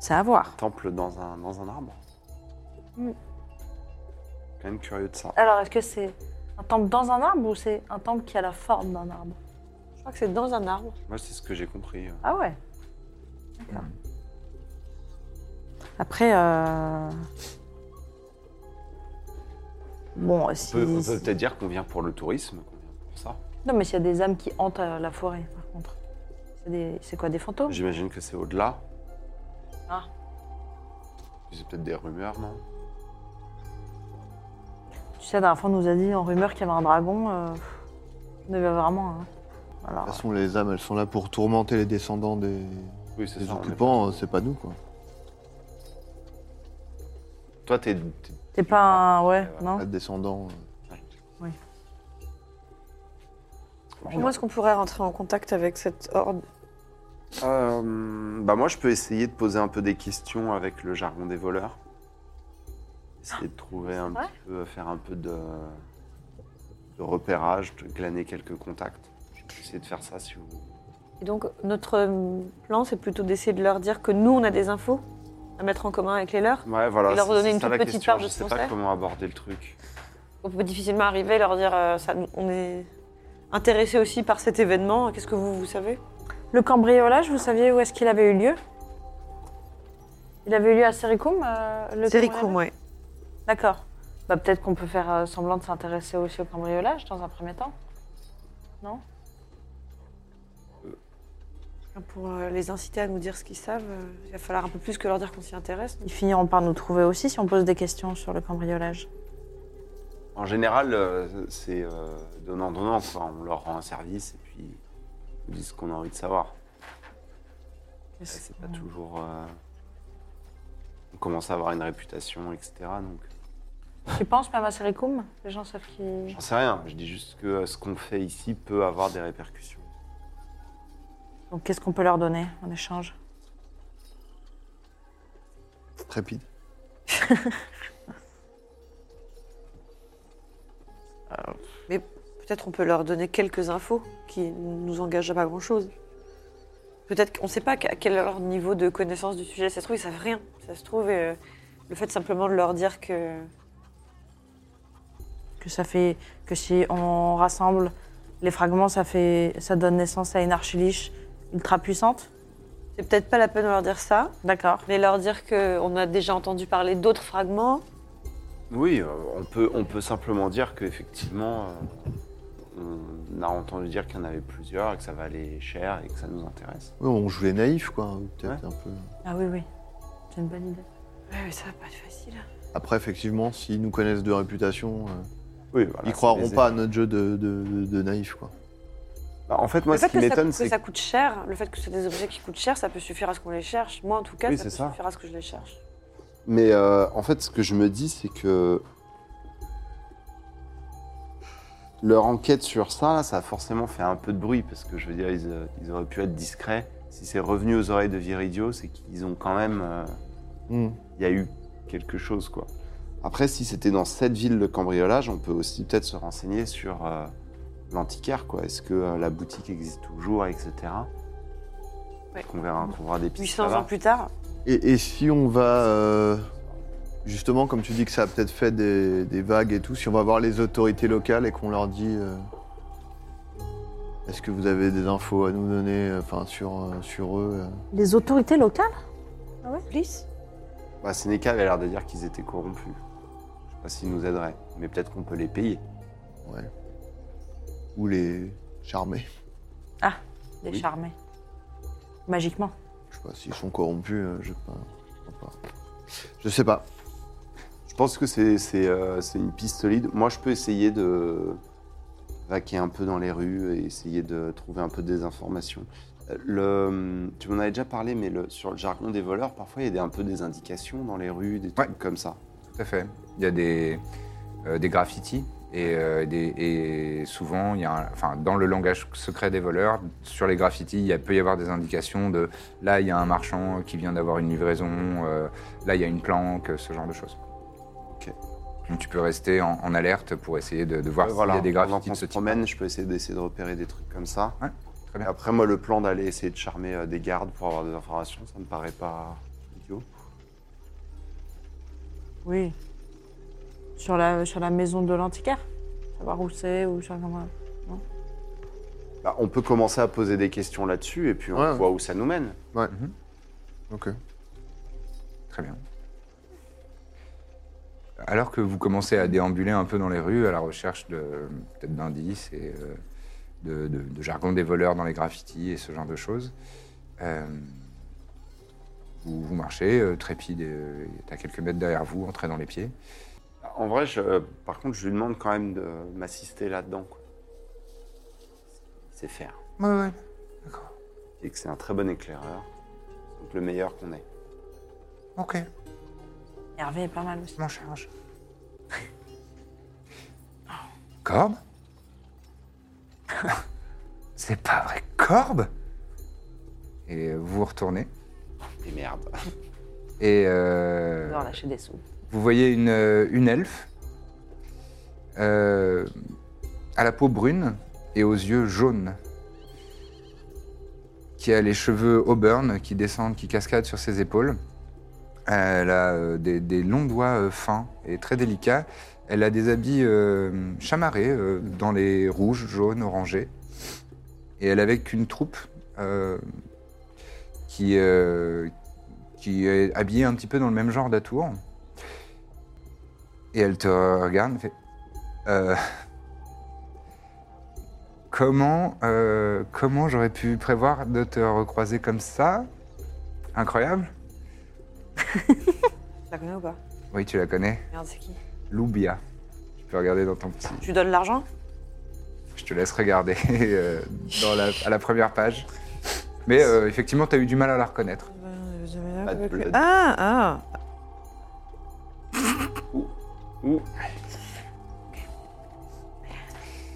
S6: C'est à voir.
S5: Temple dans un, dans un arbre.
S6: Mm.
S5: Quand même curieux de ça.
S6: Alors, est-ce que c'est un temple dans un arbre ou c'est un temple qui a la forme d'un arbre
S9: Je crois que c'est dans un arbre.
S5: Moi, c'est ce que j'ai compris.
S6: Ah ouais. D'accord. Après, euh... bon,
S5: On
S6: si...
S5: peut on peut peut-être dire qu'on vient pour le tourisme, qu'on vient pour ça.
S6: non, mais s'il y a des âmes qui hantent euh, la forêt, par contre, c'est des- c'est quoi des fantômes
S5: J'imagine que c'est au-delà.
S6: Ah.
S5: C'est peut-être des rumeurs, non
S6: Tu sais, la dernière fois, on nous a dit en rumeur qu'il y avait un dragon. euh, On devait vraiment. hein.
S4: De toute façon, les âmes, elles sont là pour tourmenter les descendants des,
S5: Oui, c'est
S4: des
S5: ça. on est-
S4: occupants, euh, c'est pas nous, quoi.
S5: Toi, t'es. t'es-
S6: T'es pas un. Ouais,
S5: Ouais,
S6: non
S4: Pas de descendants. euh,
S9: Comment est-ce qu'on pourrait rentrer en contact avec cette horde
S5: Euh, bah moi, je peux essayer de poser un peu des questions avec le jargon des voleurs. Essayer de trouver
S6: Ah,
S5: un
S10: vrai
S5: petit peu, faire un peu de, de repérage, de glaner quelques contacts. Je peux essayer de faire ça si vous.
S9: Et donc, notre euh, plan, c'est plutôt d'essayer de leur dire que nous, on a des infos à mettre en commun avec les leurs.
S5: Ouais, voilà.
S9: Et leur
S5: c'est-
S9: donner
S5: c'est
S9: une
S5: ça
S9: toute
S5: la
S9: petite
S5: question,
S9: part de
S5: Je
S9: ce
S5: sais
S9: qu'on
S5: pas
S9: sait.
S5: comment aborder le truc.
S9: On peut difficilement arriver et leur dire euh, ça, on est intéressé aussi par cet événement. Qu'est-ce que vous, vous savez
S6: Le cambriolage, vous saviez où est-ce qu'il avait eu lieu Il avait eu lieu à Sericum euh, le cambriolage
S9: ouais.
S6: D'accord. Bah, peut-être qu'on peut faire euh, semblant de s'intéresser aussi au cambriolage dans un premier temps.
S9: Pour euh, les inciter à nous dire ce qu'ils savent, euh, il va falloir un peu plus que leur dire qu'on s'y intéresse.
S6: Ils finiront par nous trouver aussi si on pose des questions sur le cambriolage.
S5: En général, euh, c'est euh, donnant donnant. Quoi. On leur rend un service et puis ils disent ce qu'on a envie de savoir. Ouais,
S6: Qu'est-ce
S5: C'est
S6: qu'on-
S5: pas toujours. euh, On commence à avoir une réputation, etc. Donc,
S6: Tu penses même à Sericum Les gens savent qui.
S5: j'en sais rien. Je dis juste que euh, ce qu'on fait ici peut avoir des répercussions.
S6: Donc qu'est-ce qu'on peut leur donner en échange
S4: Trépide.
S9: Peut-être on peut leur donner quelques infos qui nous engagent à pas grand-chose. Peut-être qu'on ne sait pas à quel est leur niveau de connaissance du sujet. Ça se trouve, ils savent rien. Ça se trouve, euh, le fait simplement de leur dire que
S6: Que ça fait que si on rassemble les fragments, ça fait ça donne naissance à une archiliche ultra puissante.
S9: c'est peut-être pas la peine de leur dire ça,
S6: D'accord.
S9: mais leur dire qu'on a déjà entendu parler d'autres fragments.
S5: Oui, euh, on peut, on peut simplement dire qu'effectivement, euh, on a entendu dire qu'il y en avait plusieurs et que ça valait cher et que ça nous intéresse.
S4: Ouais, on joue les naïfs, quoi. ou Peut-être un peu.
S6: Ah oui oui, c'est une bonne idée.
S9: Ouais, mais euh, ça va pas être facile.
S4: Après, effectivement, s'ils nous connaissent de réputation, euh,
S5: Oui, voilà, c'est
S4: ils croiront
S5: des-
S4: pas à notre jeu de, de, de- de naïf, quoi.
S5: Bah, en fait, moi,
S9: le fait
S5: ce qui
S9: que ça,
S5: m'étonne,
S9: que
S5: c'est
S9: ça coûte cher, le fait que c'est des objets qui coûtent cher, ça peut suffire à ce qu'on les cherche. Moi, en tout cas,
S5: Oui,
S9: ça
S5: c'est
S9: peut
S5: ça.
S9: suffire à ce que je les cherche.
S5: Mais euh, en fait, ce que je me dis, c'est que leur enquête sur ça, là, ça a forcément fait un peu de bruit, parce que je veux dire, ils, euh, ils auraient pu être discrets. Si c'est revenu aux oreilles de Viridio, c'est qu'ils ont quand même... euh,
S4: Hmm.
S5: Il y a eu quelque chose, quoi. Après, si c'était dans cette ville le cambriolage, on peut aussi peut-être se renseigner sur euh, l'antiquaire, quoi. Est-ce que euh, la boutique existe toujours, etc.
S9: Ouais.
S5: Qu'on verra, qu'on verra des pistes
S9: 800
S5: là-bas.
S9: ans plus tard,
S4: Et, et si on va. euh, justement, comme tu dis que ça a peut-être fait des, des vagues et tout, si on va voir les autorités locales et qu'on leur dit. euh, Est-ce que vous avez des infos à nous donner euh, enfin, sur, euh, sur eux euh.
S6: Les autorités locales
S9: please.
S5: Bah, Sénéca avait l'air de dire qu'ils étaient corrompus. Je sais pas s'ils nous aideraient, mais peut-être qu'on peut les payer.
S4: Ouais. Ou les charmer.
S6: Des
S5: Oui.
S6: charmés. Magiquement.
S4: Je sais pas s'ils sont corrompus, euh, je sais pas. Je sais pas. Je sais pas.
S5: Je pense que c'est c'est, euh, c'est une piste solide. Moi, je peux essayer de vaquer un peu dans les rues et essayer de trouver un peu des informations. Euh, Le, tu m'en avais déjà parlé, mais le, sur le jargon des voleurs, parfois il y a des, un peu des indications dans les rues, des trucs
S7: Ouais.
S5: comme ça.
S7: Tout à fait. Il y a des, euh, des graffitis et, euh, des- et souvent, il y a un- enfin, dans le langage secret des voleurs, sur les graffitis, il y a- peut y avoir des indications de là, il y a un marchand qui vient d'avoir une livraison, euh, là, il y a une planque, ce genre de choses.
S5: Ok. Euh,
S7: Donc tu peux rester en, en alerte pour essayer de, de voir
S5: Ouais,
S7: s'il y a des
S5: pendant
S7: graffitis
S5: qu'on
S7: de
S5: se
S7: ce type.
S5: promène, je peux essayer d'essayer de repérer des trucs comme ça.
S7: Ouais, très bien.
S5: Et après, moi, le plan d'aller essayer de charmer euh, des gardes pour avoir des informations, ça me paraît pas idiot.
S6: Oui. Sur la, sur la maison de l'antiquaire Savoir où c'est, ou sur comment.
S5: Bah, on peut commencer à poser des questions là-dessus et puis on
S4: Ouais.
S5: voit où ça nous mène.
S4: Ok.
S7: Très bien. Alors que vous commencez à déambuler un peu dans les rues à la recherche de peut-être d'indices et euh, de, de- de jargon des voleurs dans les graffitis et ce genre de choses, euh, vous, vous marchez, euh, Trépide euh, est à quelques mètres derrière vous, entré dans les pieds.
S5: En vrai, je- euh, par contre, je lui demande quand même de m'assister là-dedans. quoi. C'est faire.
S11: Ouais, ouais.
S5: et que c'est un très bon éclaireur. Donc le meilleur qu'on ait.
S11: Ok,
S6: Hervé est pas mal aussi.
S11: je m'en charge. Corbe
S7: C'est pas vrai, Corbe Et vous vous retournez.
S5: Et merde.
S7: Et euh,
S6: On doit lâcher des sous.
S7: vous voyez une, euh, une elfe euh, à la peau brune et aux yeux jaunes, qui a les cheveux auburn qui descendent, qui cascadent sur ses épaules. Elle a euh, des, des longs doigts euh, fins et très délicats. Elle a des habits euh, chamarrés euh, dans les rouges, jaunes, orangés. Et elle est avec une troupe euh, qui, euh, qui est habillée un petit peu dans le même genre d'atour. Et elle te regarde et fait Euh, Comment, euh, comment j'aurais pu prévoir de te recroiser comme ça Incroyable
S9: Tu la connais ou pas
S7: Oui, tu la connais.
S9: Merde, c'est qui
S7: Loubia. Tu peux regarder dans ton petit.
S9: Tu lui donnes l'argent
S7: Je te laisse regarder euh, dans la- à la première page. Mais euh, effectivement, tu as eu du mal à la reconnaître.
S5: Pas de blood.
S9: Ah, ah
S5: Ouh.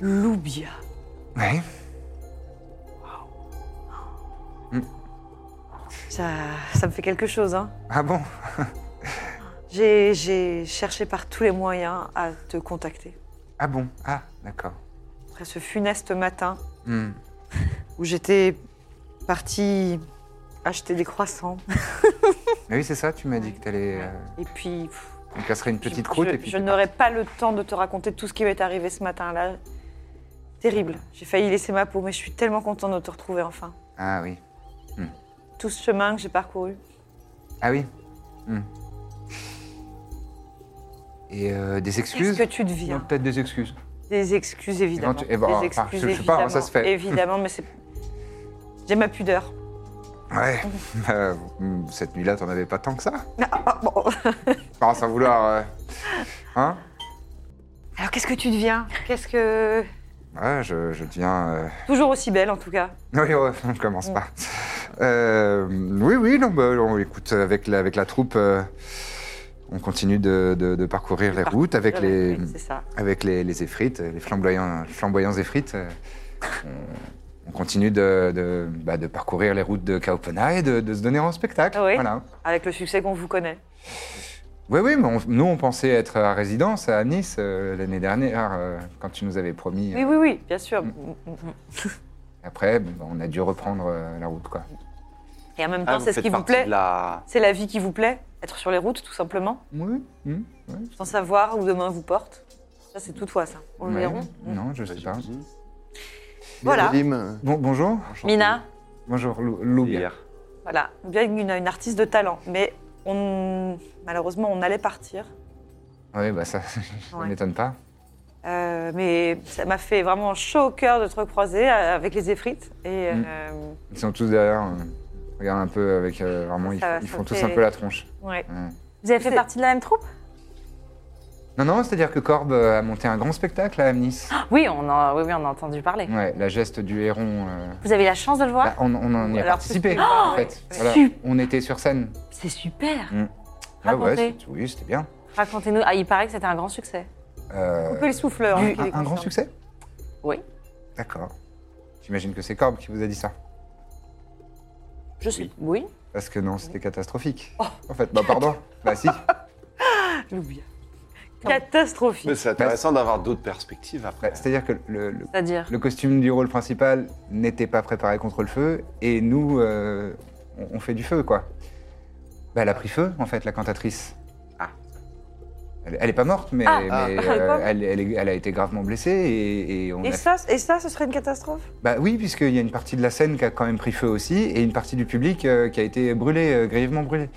S9: Loubia.
S7: Oui.
S9: Ça, ça me fait quelque chose, hein.
S7: Ah bon
S9: J'ai- J'ai cherché par tous les moyens à te contacter.
S7: Ah bon Ah, d'accord.
S9: Après ce funeste matin
S7: Hmm.
S9: où j'étais partie acheter des croissants
S7: Mais oui, c'est ça, tu m'as dit que t'allais. euh,
S9: et puis pff,
S7: on casserait une petite
S9: je-
S7: croûte
S9: je,
S7: et puis.
S9: je
S7: t'es
S9: n'aurais pas le temps de te raconter tout ce qui m'est arrivé ce matin-là. Terrible. J'ai failli laisser ma peau, mais je suis tellement contente de te retrouver enfin.
S7: parti. Ah oui.
S9: Tout ce chemin que j'ai parcouru.
S7: Ah oui. Hmm. Et euh, des
S9: Qu'est-ce
S7: excuses
S9: que tu
S7: Il y a
S6: hein
S9: deviens
S7: Peut-être des excuses.
S9: Des excuses, évidemment.
S7: Éventu- eh ben,
S9: des
S7: enfin, je-
S9: excuses,
S7: je sais pas,
S9: évidemment.
S7: ça se fait.
S9: Évidemment, mais c'est... J'ai ma pudeur.
S7: Ouais. Euh, hmm, cette nuit-là, t'en avais pas tant que ça.
S9: Ah, bon.
S7: Enfin, sans vouloir. euh, Hein
S9: Alors, qu'est-ce que tu deviens Qu'est-ce que...
S7: Ouais, je, je deviens. euh,
S9: Toujours aussi belle, en tout cas.
S7: Oui, ouais, on commence pas. Euh, oui, oui, non, bah, on, écoute, avec la, avec la troupe, euh, on continue de, de- de parcourir les routes avec
S9: Ouais,
S7: les,
S2: Mm.
S9: oui, C'est ça.
S7: avec les, les effrites, les flamboyants, flamboyants effrites. euh, on, on continue de, de- bah, de parcourir les routes de Kaopona et de, de se donner en spectacle.
S9: Ah oui.
S7: Voilà.
S9: Avec le succès qu'on vous connaît.
S7: Oui, oui, mais on- nous, on pensait être à résidence à Nice euh, l'année dernière, euh, quand tu nous avais promis.
S9: Oui, oui, oui, bien sûr. Mm,
S7: Après, bon, bah, on a dû reprendre euh, la route, quoi.
S9: Et en même temps,
S5: Ah,
S9: c'est ce
S5: faites
S9: qui vous
S5: partie
S9: plaît.
S5: de La...
S9: C'est la vie qui vous plaît. Être sur les routes, tout simplement,
S7: Oui. hmm, ouais.
S9: sans savoir où demain vous porte. Ça, c'est tout toi, ça. On le
S7: Ouais,
S9: verrons.
S7: Non, je sais pas.
S5: j'imagine.
S9: Voilà.
S4: Mélim,
S7: Bon, bonjour.
S6: Mina,
S7: Bonjour, Lou- Loubia.
S5: Hier.
S9: Voilà. Bien une, une artiste de talent. Mais on... malheureusement, on allait partir.
S7: Oui, bah ça, ça
S9: Ouais.
S7: m'étonne pas.
S9: Euh, mais ça m'a fait vraiment chaud au cœur de te recroiser euh, avec les effrites. Et euh,
S7: Ils sont tous derrière. euh, regarde un peu avec. euh, vraiment, ils,
S9: Ça va,
S7: ils
S9: ça
S7: font tous
S9: fait-
S7: un peu la tronche.
S9: ouais.
S7: Ouais.
S6: vous avez fait
S9: C'est-
S6: partie de la même troupe
S7: Non, non, c'est-à-dire que Corbe euh, a monté un grand spectacle à Amnis.
S9: Ah.
S6: oui on, en- oui, oui, on a entendu parler.
S7: Ouais, la geste du héron. euh,
S6: Vous avez la chance de le voir
S7: bah, on, on en y a
S9: Ah. Alors,
S7: participé,
S9: c'est- Ah,
S7: en fait. Voilà,
S6: Sup-
S7: on était sur scène.
S6: C'est super.
S7: Ah
S6: Racontez.
S7: ouais, c'est- oui, c'était bien.
S6: Racontez-nous. Ah, il paraît que c'était un grand succès.
S7: Euh,
S9: Un peu le souffleur.
S7: un-
S9: hein,
S7: un,
S9: qui les
S7: grand
S9: concerne.
S7: succès
S6: Oui.
S7: D'accord. J'imagine que c'est Corbe qui vous a dit ça.
S6: Je suis. Oui.
S7: Parce que non, c'était catastrophique.
S9: Oh.
S7: En fait, bah pardon. bah si.
S9: Ah. L'oublie. Catastrophique.
S5: Mais c'est intéressant d'avoir d'autres perspectives après.
S7: Bah, C'est-à-dire que le- le
S6: C'est-à-dire.
S7: Le costume du rôle principal n'était pas préparé contre le feu, et nous, euh, on, on fait du feu, quoi. Bah, elle a pris feu, en fait, la cantatrice.
S5: Ah.
S7: Elle, elle est pas morte, mais, mais,
S4: Ah.
S7: euh, elle, elle est- elle a été gravement blessée, et, et on
S9: Et
S7: a-
S9: ça, et ça, Ah, ce serait une catastrophe
S7: Bah oui, puisqu'il y a une partie de la scène qui a quand même pris feu aussi, et une partie du public euh, qui a été brûlée, euh, grièvement brûlée.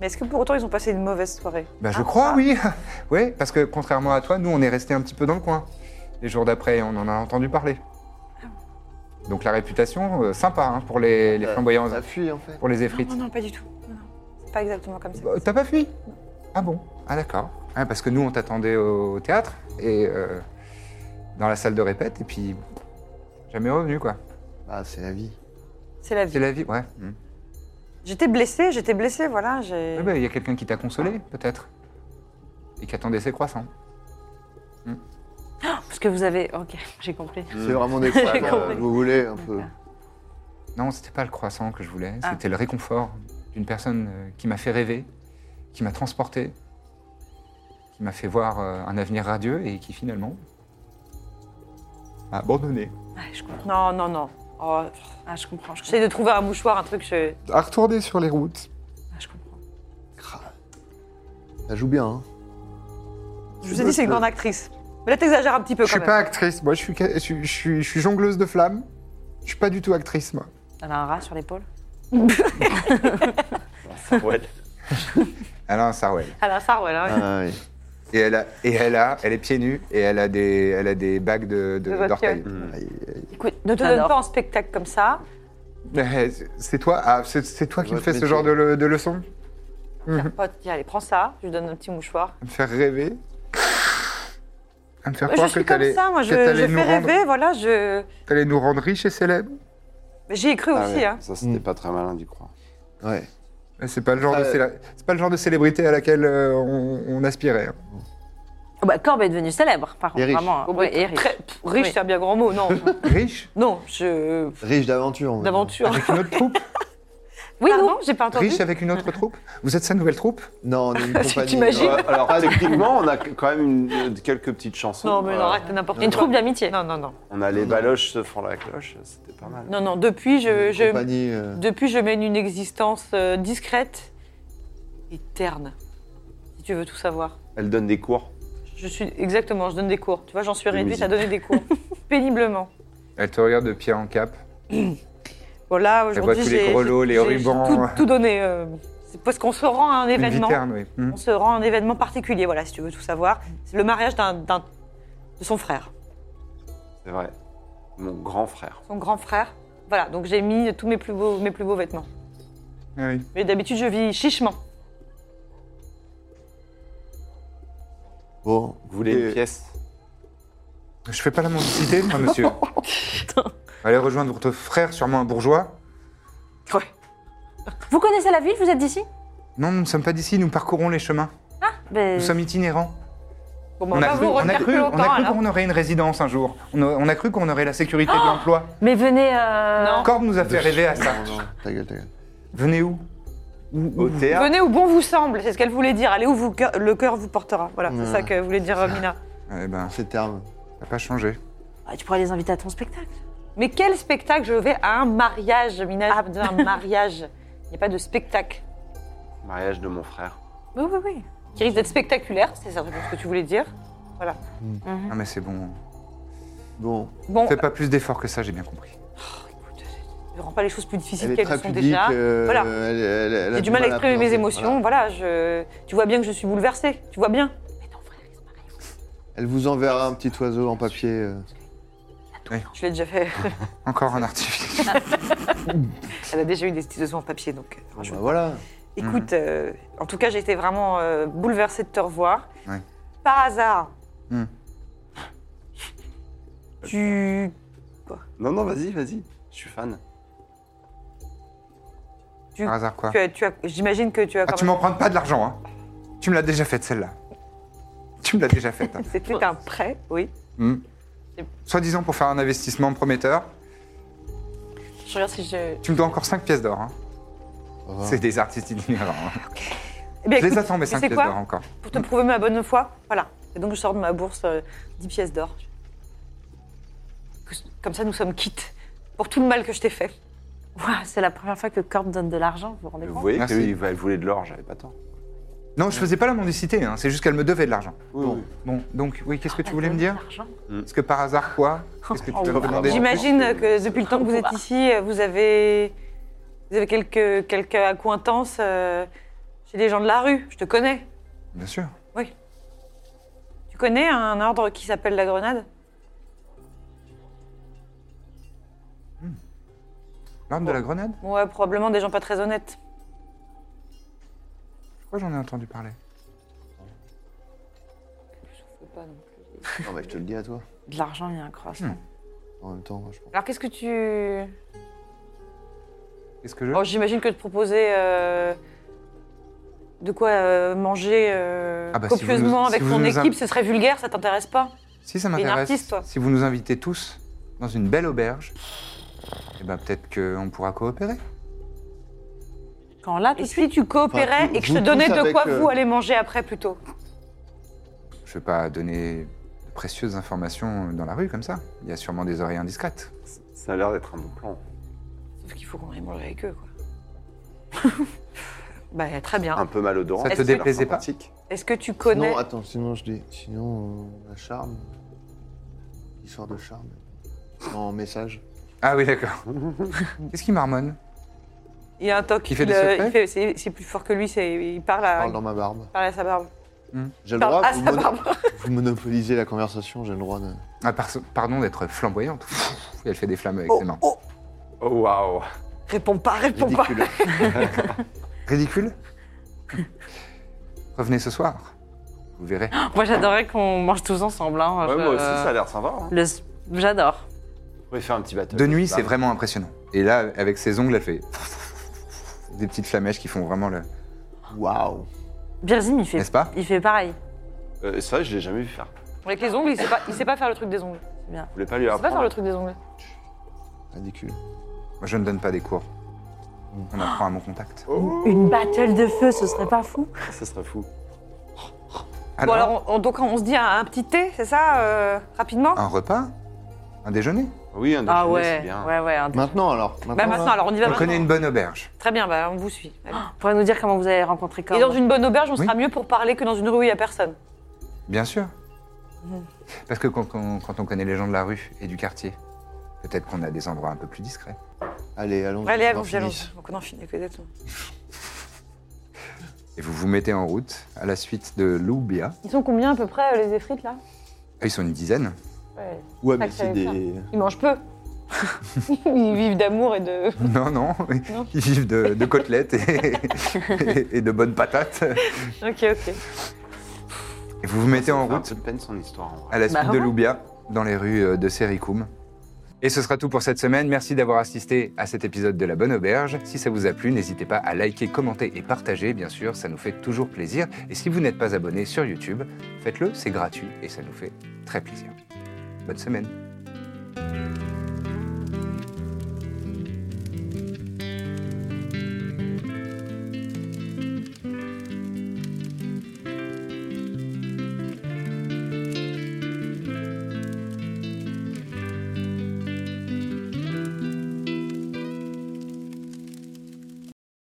S9: Mais est-ce que pour autant ils ont passé une mauvaise soirée
S7: Bah je crois, oui. oui, parce que contrairement à toi, nous, on est resté un petit peu dans le coin. Les jours d'après, on en a entendu parler. Donc la réputation, euh, sympa hein, pour les, les
S4: Euh,
S7: flamboyants,
S4: ça fuit en fait.
S7: pour les effrites.
S9: Non, non, pas du tout. Non, non. C'est pas exactement comme ça.
S7: Bah, T'as pas fui Ah bon Ah d'accord. Ah, parce que nous, on t'attendait au, au théâtre et euh, dans la salle de répète, et puis jamais revenu quoi.
S4: Ah, c'est la vie.
S9: C'est la vie.
S7: C'est la vie, ouais. Mm.
S9: J'étais blessée, j'étais blessée, voilà. j'ai-
S7: Eh ben, Il y a quelqu'un qui t'a consolé, peut-être. Et qui attendait ses croissants.
S6: Parce que vous avez. Ok, j'ai compris.
S5: Mm.
S4: C'est vraiment des croissants,
S6: compris.
S4: vous voulez un peu.
S7: Non, c'était pas le croissant que je voulais,
S6: Ah.
S7: c'était le réconfort d'une personne euh, qui m'a fait rêver, qui m'a transporté, qui m'a fait voir euh, un avenir radieux et qui finalement m'a abandonné.
S6: Ouais, Ah, je comprends.
S9: Non, non, non. Oh,
S6: Ah, je comprends. Je comprends.
S9: J'essaie de trouver un mouchoir, un truc. Je...
S7: À retourner sur les routes.
S6: Ah, je comprends.
S4: Ça joue bien, hein.
S9: Je vous ai dit, c'est une grande actrice. Mais là, t'exagères un petit peu
S14: Je
S9: quand
S14: suis
S9: même.
S14: pas actrice, moi je suis, ca- je, suis- je suis- je suis jongleuse de flammes. Je suis pas du tout actrice, moi.
S6: Elle a un rat sur l'épaule.
S5: Ouais.
S7: Alain Sarwell.
S9: Alain Sarwell, hein.
S4: Ah, oui.
S7: Et elle a, et elle a, elle est pieds nus et elle a des, elle a des bagues de,
S9: De
S7: de-
S9: votre
S7: d'orteils.
S5: Mm.
S9: Écoute, ne te donne
S6: J'adore.
S9: pas en spectacle comme ça.
S7: Eh, c'est- C'est toi, ah, c'est, c'est toi qui me
S4: Votre
S7: fais ce
S4: métier.
S7: genre de, le- de leçons
S9: Tiens, pote, Oh, tiens, allez, prends ça, je lui donne un petit mouchoir.
S7: À me faire rêver À me faire
S9: je
S7: croire que
S9: suis comme
S7: t'allais,
S9: ça, moi,
S7: que
S9: je,
S7: t'allais
S9: je
S7: nous
S9: fais
S7: rendre,
S9: rêver, voilà, je.
S7: t'allais nous rendre riches et célèbres
S9: Mais J'y ai cru
S5: Ah
S9: aussi,
S5: ouais,
S9: hein.
S5: Ça, c'était pas très malin d'y croire.
S4: Ouais.
S7: Mais C'est pas le genre, de,
S4: Euh,
S7: célé- c'est pas le genre de célébrité à laquelle euh, on, on aspirait. hein.
S6: Oh, bah, Corbe est devenu célèbre, par contre.
S4: Et riche.
S6: Vraiment.
S9: Bon,
S6: ouais,
S9: bah,
S6: et riche.
S9: très- pff, riche,
S6: Oui.
S9: c'est un bien grand mot, non.
S7: Riche
S9: non, je.
S4: Riche d'aventure. on va
S9: d'aventure.
S7: avec une autre troupe
S6: Oui, non, j'ai pas entendu.
S7: Riche avec une autre troupe Vous êtes sa nouvelle troupe
S4: dire. Non, on est une compagnie.
S9: t'imagines
S4: Ouais.
S5: Alors, techniquement, on a quand même une- euh, quelques petites chansons.
S9: Non, mais non,
S5: Voilà.
S9: arrête, n'importe quoi.
S6: Une troupe d'amitié.
S9: Non, non, non.
S5: On a les baloches se font la cloche, c'était pas mal.
S9: Non, non, depuis, je,
S4: Une
S9: je-
S4: compagnie, euh,
S9: depuis, je mène une existence euh, discrète et terne. Si tu veux tout savoir.
S5: Elle donne des cours.
S9: Je suis exactement, je donne des cours. Tu vois, j'en suis
S5: De
S9: réduite
S5: musique.
S9: à donner des cours péniblement.
S7: Elle te regarde de pied en cap.
S9: Bon là,
S7: voit
S9: aujourd'hui,
S7: tous les
S9: j'ai
S7: grelots, les
S9: j'ai- j'ai
S7: rubans.
S9: tout, tout donné. euh, c'est parce qu'on se rend à un
S7: Une
S9: événement.
S7: viterne, oui. Mhm.
S9: On se rend à un événement particulier. Voilà, si tu veux tout savoir, c'est le mariage d'un d'un- de son frère,
S5: C'est vrai. Mon grand frère.
S9: son grand frère. Voilà, donc j'ai mis tous mes plus beaux, mes plus beaux vêtements.
S7: Ah oui.
S9: Mais d'habitude, je vis chichement.
S4: Bon,
S5: Vous voulez
S4: Et-
S5: une pièce
S7: Je fais pas la mendicité, moi, monsieur.
S9: Oh,
S7: Allez rejoindre votre frère, sûrement un bourgeois.
S6: Vous connaissez la ville Vous êtes d'ici
S7: Non, nous ne sommes pas d'ici, nous parcourons les chemins.
S6: Ben,
S7: Nous sommes itinérants.
S9: Euh, Bon, ben,
S7: On a
S9: va
S7: cru
S9: vous
S7: on a
S9: retenir
S7: cru-
S9: plus
S7: on a
S9: longtemps
S7: cru
S9: alors. Oh
S7: qu'on aurait une résidence un jour. On a, on a cru qu'on aurait la sécurité de l'emploi.
S6: Mais venez. euh,
S9: Non.
S7: Corbe nous a fait rêver à ça.
S4: non, non, ta gueule, ta gueule.
S7: Venez où Où-
S5: Au
S7: où-
S5: théâtre
S9: Venez où bon vous semble, c'est ce qu'elle voulait dire. Allez où vous, cœur- le cœur vous portera. Voilà,
S4: Ouais.
S9: c'est ça que voulait dire euh, Mina.
S7: Eh ben,
S4: Ces termes.
S7: t'as pas changé.
S6: ah, tu pourrais les inviter à ton spectacle.
S9: Mais quel spectacle Je vais à un mariage, Mina. Ah, un mariage. Il n'y a pas de spectacle.
S5: Mariage de mon frère.
S6: Oui, oui, oui.
S9: Qui risque d'être spectaculaire, c'est ça ce que tu voulais dire.
S7: Non mais c'est bon.
S4: Bon,
S9: Bon,
S7: Fais pas plus d'efforts que ça, j'ai bien compris.
S9: ne rends pas les choses plus difficiles
S4: elle est
S9: qu'elles
S4: très
S9: sont
S4: pudique.
S9: déjà.
S4: euh,
S9: Voilà.
S4: elle- elle- elle a
S9: J'ai du mal à exprimer mes
S4: présenter.
S9: émotions. Voilà,
S4: Voilà.
S9: je... tu vois bien que je suis bouleversée. Tu vois bien. Mais non, frère, c'est pareil.
S4: Elle vous enverra un petit oiseau en papier. euh.
S9: Je l'ai déjà fait.
S7: Encore un artifice.
S9: Elle a déjà eu des petits oiseaux en papier, donc. euh,
S5: Ah
S4: Bon,
S9: je-
S4: bah, voilà.
S7: Mhm.
S9: Écoute, euh, en tout cas, j'ai été vraiment euh, bouleversée de te revoir.
S7: Ouais.
S9: Par hasard.
S7: Mhm.
S9: Tu,
S5: Non, non, vas-y, vas-y. Je suis fan.
S9: tu,
S7: Par hasard quoi
S9: tu as- tu as- j'imagine que tu as
S7: Ah
S9: quand
S7: tu
S9: même.
S7: m'en prends pas de l'argent hein. Tu me l'as déjà faite celle-là. Tu me l'as déjà faite. hein.
S9: C'était un prêt, oui.
S7: Hmm. Soi-disant pour faire un investissement prometteur,
S10: Je regarde si je.
S7: tu me dois encore 5 pièces d'or. hein.
S4: Au
S5: Oh.
S4: revoir.
S7: C'est des artistes itinérants. hein.
S9: Eh bien,
S7: Je les
S9: écoute,
S7: attends mes
S9: tu
S7: 5
S9: sais
S7: pièces
S9: quoi
S7: d'or encore.
S9: pour te prouver ma bonne foi, voilà. Et donc je sors de ma bourse euh, 10 pièces d'or. Comme ça, nous sommes quittes pour tout le mal que je t'ai fait.
S6: Ouah, c'est la première fois que Corbe donne de l'argent, vous vous rendez
S5: Vous
S6: compte
S5: voyez
S7: Merci.
S5: qu'elle voulait de l'or, j'avais pas tort.
S7: Non, je faisais pas la mendicité, hein, c'est juste qu'elle me devait de l'argent.
S5: Oui,
S7: bon.
S5: oui.
S7: bon, donc oui, qu'est-ce que
S9: Ah,
S7: tu
S6: Elle
S7: voulais me
S6: donne
S7: dire
S6: de l'argent.
S7: Est-ce que par hasard quoi Qu'est-ce que tu
S5: Oh,
S7: vas me demander
S9: J'imagine que depuis le temps que vous êtes ici, euh, vous avez, vous avez quelques, quelques accointances euh, chez les gens de la rue. Je te connais.
S7: Bien sûr.
S9: Tu connais un ordre qui s'appelle la Grenade
S7: L'arme de la grenade
S9: Ouais, probablement des gens pas très honnêtes.
S7: Pourquoi j'en ai entendu parler
S4: Non, bah, je te le dis à toi.
S5: bah,
S7: Hmm.
S6: De l'argent, il y a un croissant.
S4: en même temps, je pense.
S9: Alors qu'est-ce que tu.
S7: Qu'est-ce que je.
S9: Oh, J'imagine que de proposer euh, de quoi euh, manger euh,
S7: Ah bah, si vous
S9: copieusement
S7: nous- si
S9: avec
S7: vous
S9: ton
S7: nous in-
S9: équipe, ce serait vulgaire, ça t'intéresse pas
S7: Si ça
S9: T'es une artiste,
S7: m'intéresse,
S9: toi.
S7: si vous nous invitez tous dans une belle auberge, eh ben peut-être qu'on pourra coopérer.
S9: Quand là, et si tu coopérais
S7: Enfin,
S9: et que je
S7: vous
S9: te donnais
S7: tous
S9: de
S7: avec,
S9: quoi
S7: euh,
S9: vous allez manger après plutôt
S7: Je vais pas donner de précieuses informations dans la rue comme ça. Il y a sûrement des oreilles indiscrètes.
S5: Ça a l'air d'être un bon plan.
S9: Sauf qu'il faut qu'on aille manger avec eux, quoi. bah, très bien.
S5: Un peu malodorant.
S9: Ça te déplaisait
S5: pas
S9: Est-ce que tu connais.
S4: Non, attends, sinon euh, je dis. Sinon, euh, la charme. Histoire de charme. En message.
S7: Ah oui, d'accord. Qu'est-ce qui marmonne
S9: il y a un toc.
S4: Il fait des
S9: euh,
S4: secrets
S9: il fait- c'est- C'est plus fort que lui, c'est- il parle à.
S4: Parle dans ma barbe.
S9: il parle à sa barbe.
S4: J'ai le
S9: Ah Parle
S4: droit,
S9: à
S4: vous,
S9: sa
S4: mono-
S9: barbe.
S4: vous monopolisez la conversation, j'ai le droit de.
S7: Ah, par- Pardon d'être flamboyante. Pff, Elle fait des flammes avec ses mains.
S9: Oh,
S7: Oh waouh
S9: réponds pas, réponds
S7: Ridicule.
S9: pas.
S7: Ridicule Revenez ce soir. Vous verrez.
S9: Ah,
S6: Moi, j'adorerais qu'on mange tous ensemble. hein.
S7: Ouais,
S6: Je-
S7: moi aussi, ça a l'air
S5: sympa, hein.
S6: Le- J'adore.
S5: On pourrait faire un petit battle.
S7: De nuit, c'est vraiment impressionnant. Et là, avec ses ongles, elle fait des petites flamèches qui font vraiment le.
S4: Waouh
S6: Birzim, il fait,
S7: N'est-ce pas
S6: il fait pareil.
S5: Euh, ça, je l'ai jamais vu faire.
S9: Avec les ongles, il sait pas, il sait pas faire le truc des ongles.
S6: C'est bien.
S5: Vous voulez pas lui
S9: Il sait pas faire
S5: apprendre
S9: le truc des ongles.
S4: Ridicule.
S7: Moi, je ne donne pas des cours. On apprend à mon contact.
S9: Oh.
S6: Une battle de feu, ce serait pas fou.
S5: Ça serait fou.
S9: bon, alors, on, on- donc, on se dit un, un petit thé, c'est ça euh, Rapidement
S6: Ah,
S7: Un repas Un déjeuner
S5: Oui, un
S9: Ah déjeuner, ouais, c'est bien. ouais, ouais, un déjeuner.
S4: Maintenant, alors.
S9: Bah, maintenant, alors, on y va maintenant.
S7: connaît une bonne auberge.
S9: Très bien, bah, on vous suit. Allez.
S6: Pourrait nous dire comment vous avez rencontré
S9: Et
S6: Corbe
S9: dans une bonne auberge, on sera mieux pour parler que dans une rue où il n'y a personne.
S7: Bien sûr.
S9: Mhm.
S7: Parce que quand on, quand on connaît les gens de la rue et du quartier, peut-être qu'on a des endroits un peu plus discrets.
S4: Allez, allons.
S9: Allez, allons-y, allons-y. Donc, on en finit avec les détons.
S7: Et vous vous mettez en route à la suite de Loubia.
S10: Ils sont combien à peu près, euh, les effrites, là
S7: Ah, Ils sont une dizaine.
S10: Ouais,
S7: Ouais,
S10: ça
S7: mais
S10: que
S7: c'est
S10: j'allais
S7: des-
S10: faire. Ils mangent peu. Ils vivent d'amour et de.
S7: Non, non,
S10: Non.
S7: ils vivent de, de côtelettes et, et- et de bonnes patates.
S9: Ok, ok.
S7: Et vous vous mettez en
S5: Un
S7: route
S5: peu de peine son histoire. en vrai.
S7: à la suite
S5: Bah
S7: de
S5: ouais.
S7: Loubia dans les rues euh, de Sericum. Et ce sera tout pour cette semaine. Merci d'avoir assisté à cet épisode de La Bonne Auberge. Si ça vous a plu, n'hésitez pas à liker, commenter et partager, bien sûr, ça nous fait toujours plaisir. Et si vous n'êtes pas abonné sur YouTube, faites-le, c'est gratuit et ça nous fait très plaisir. Bonne semaine.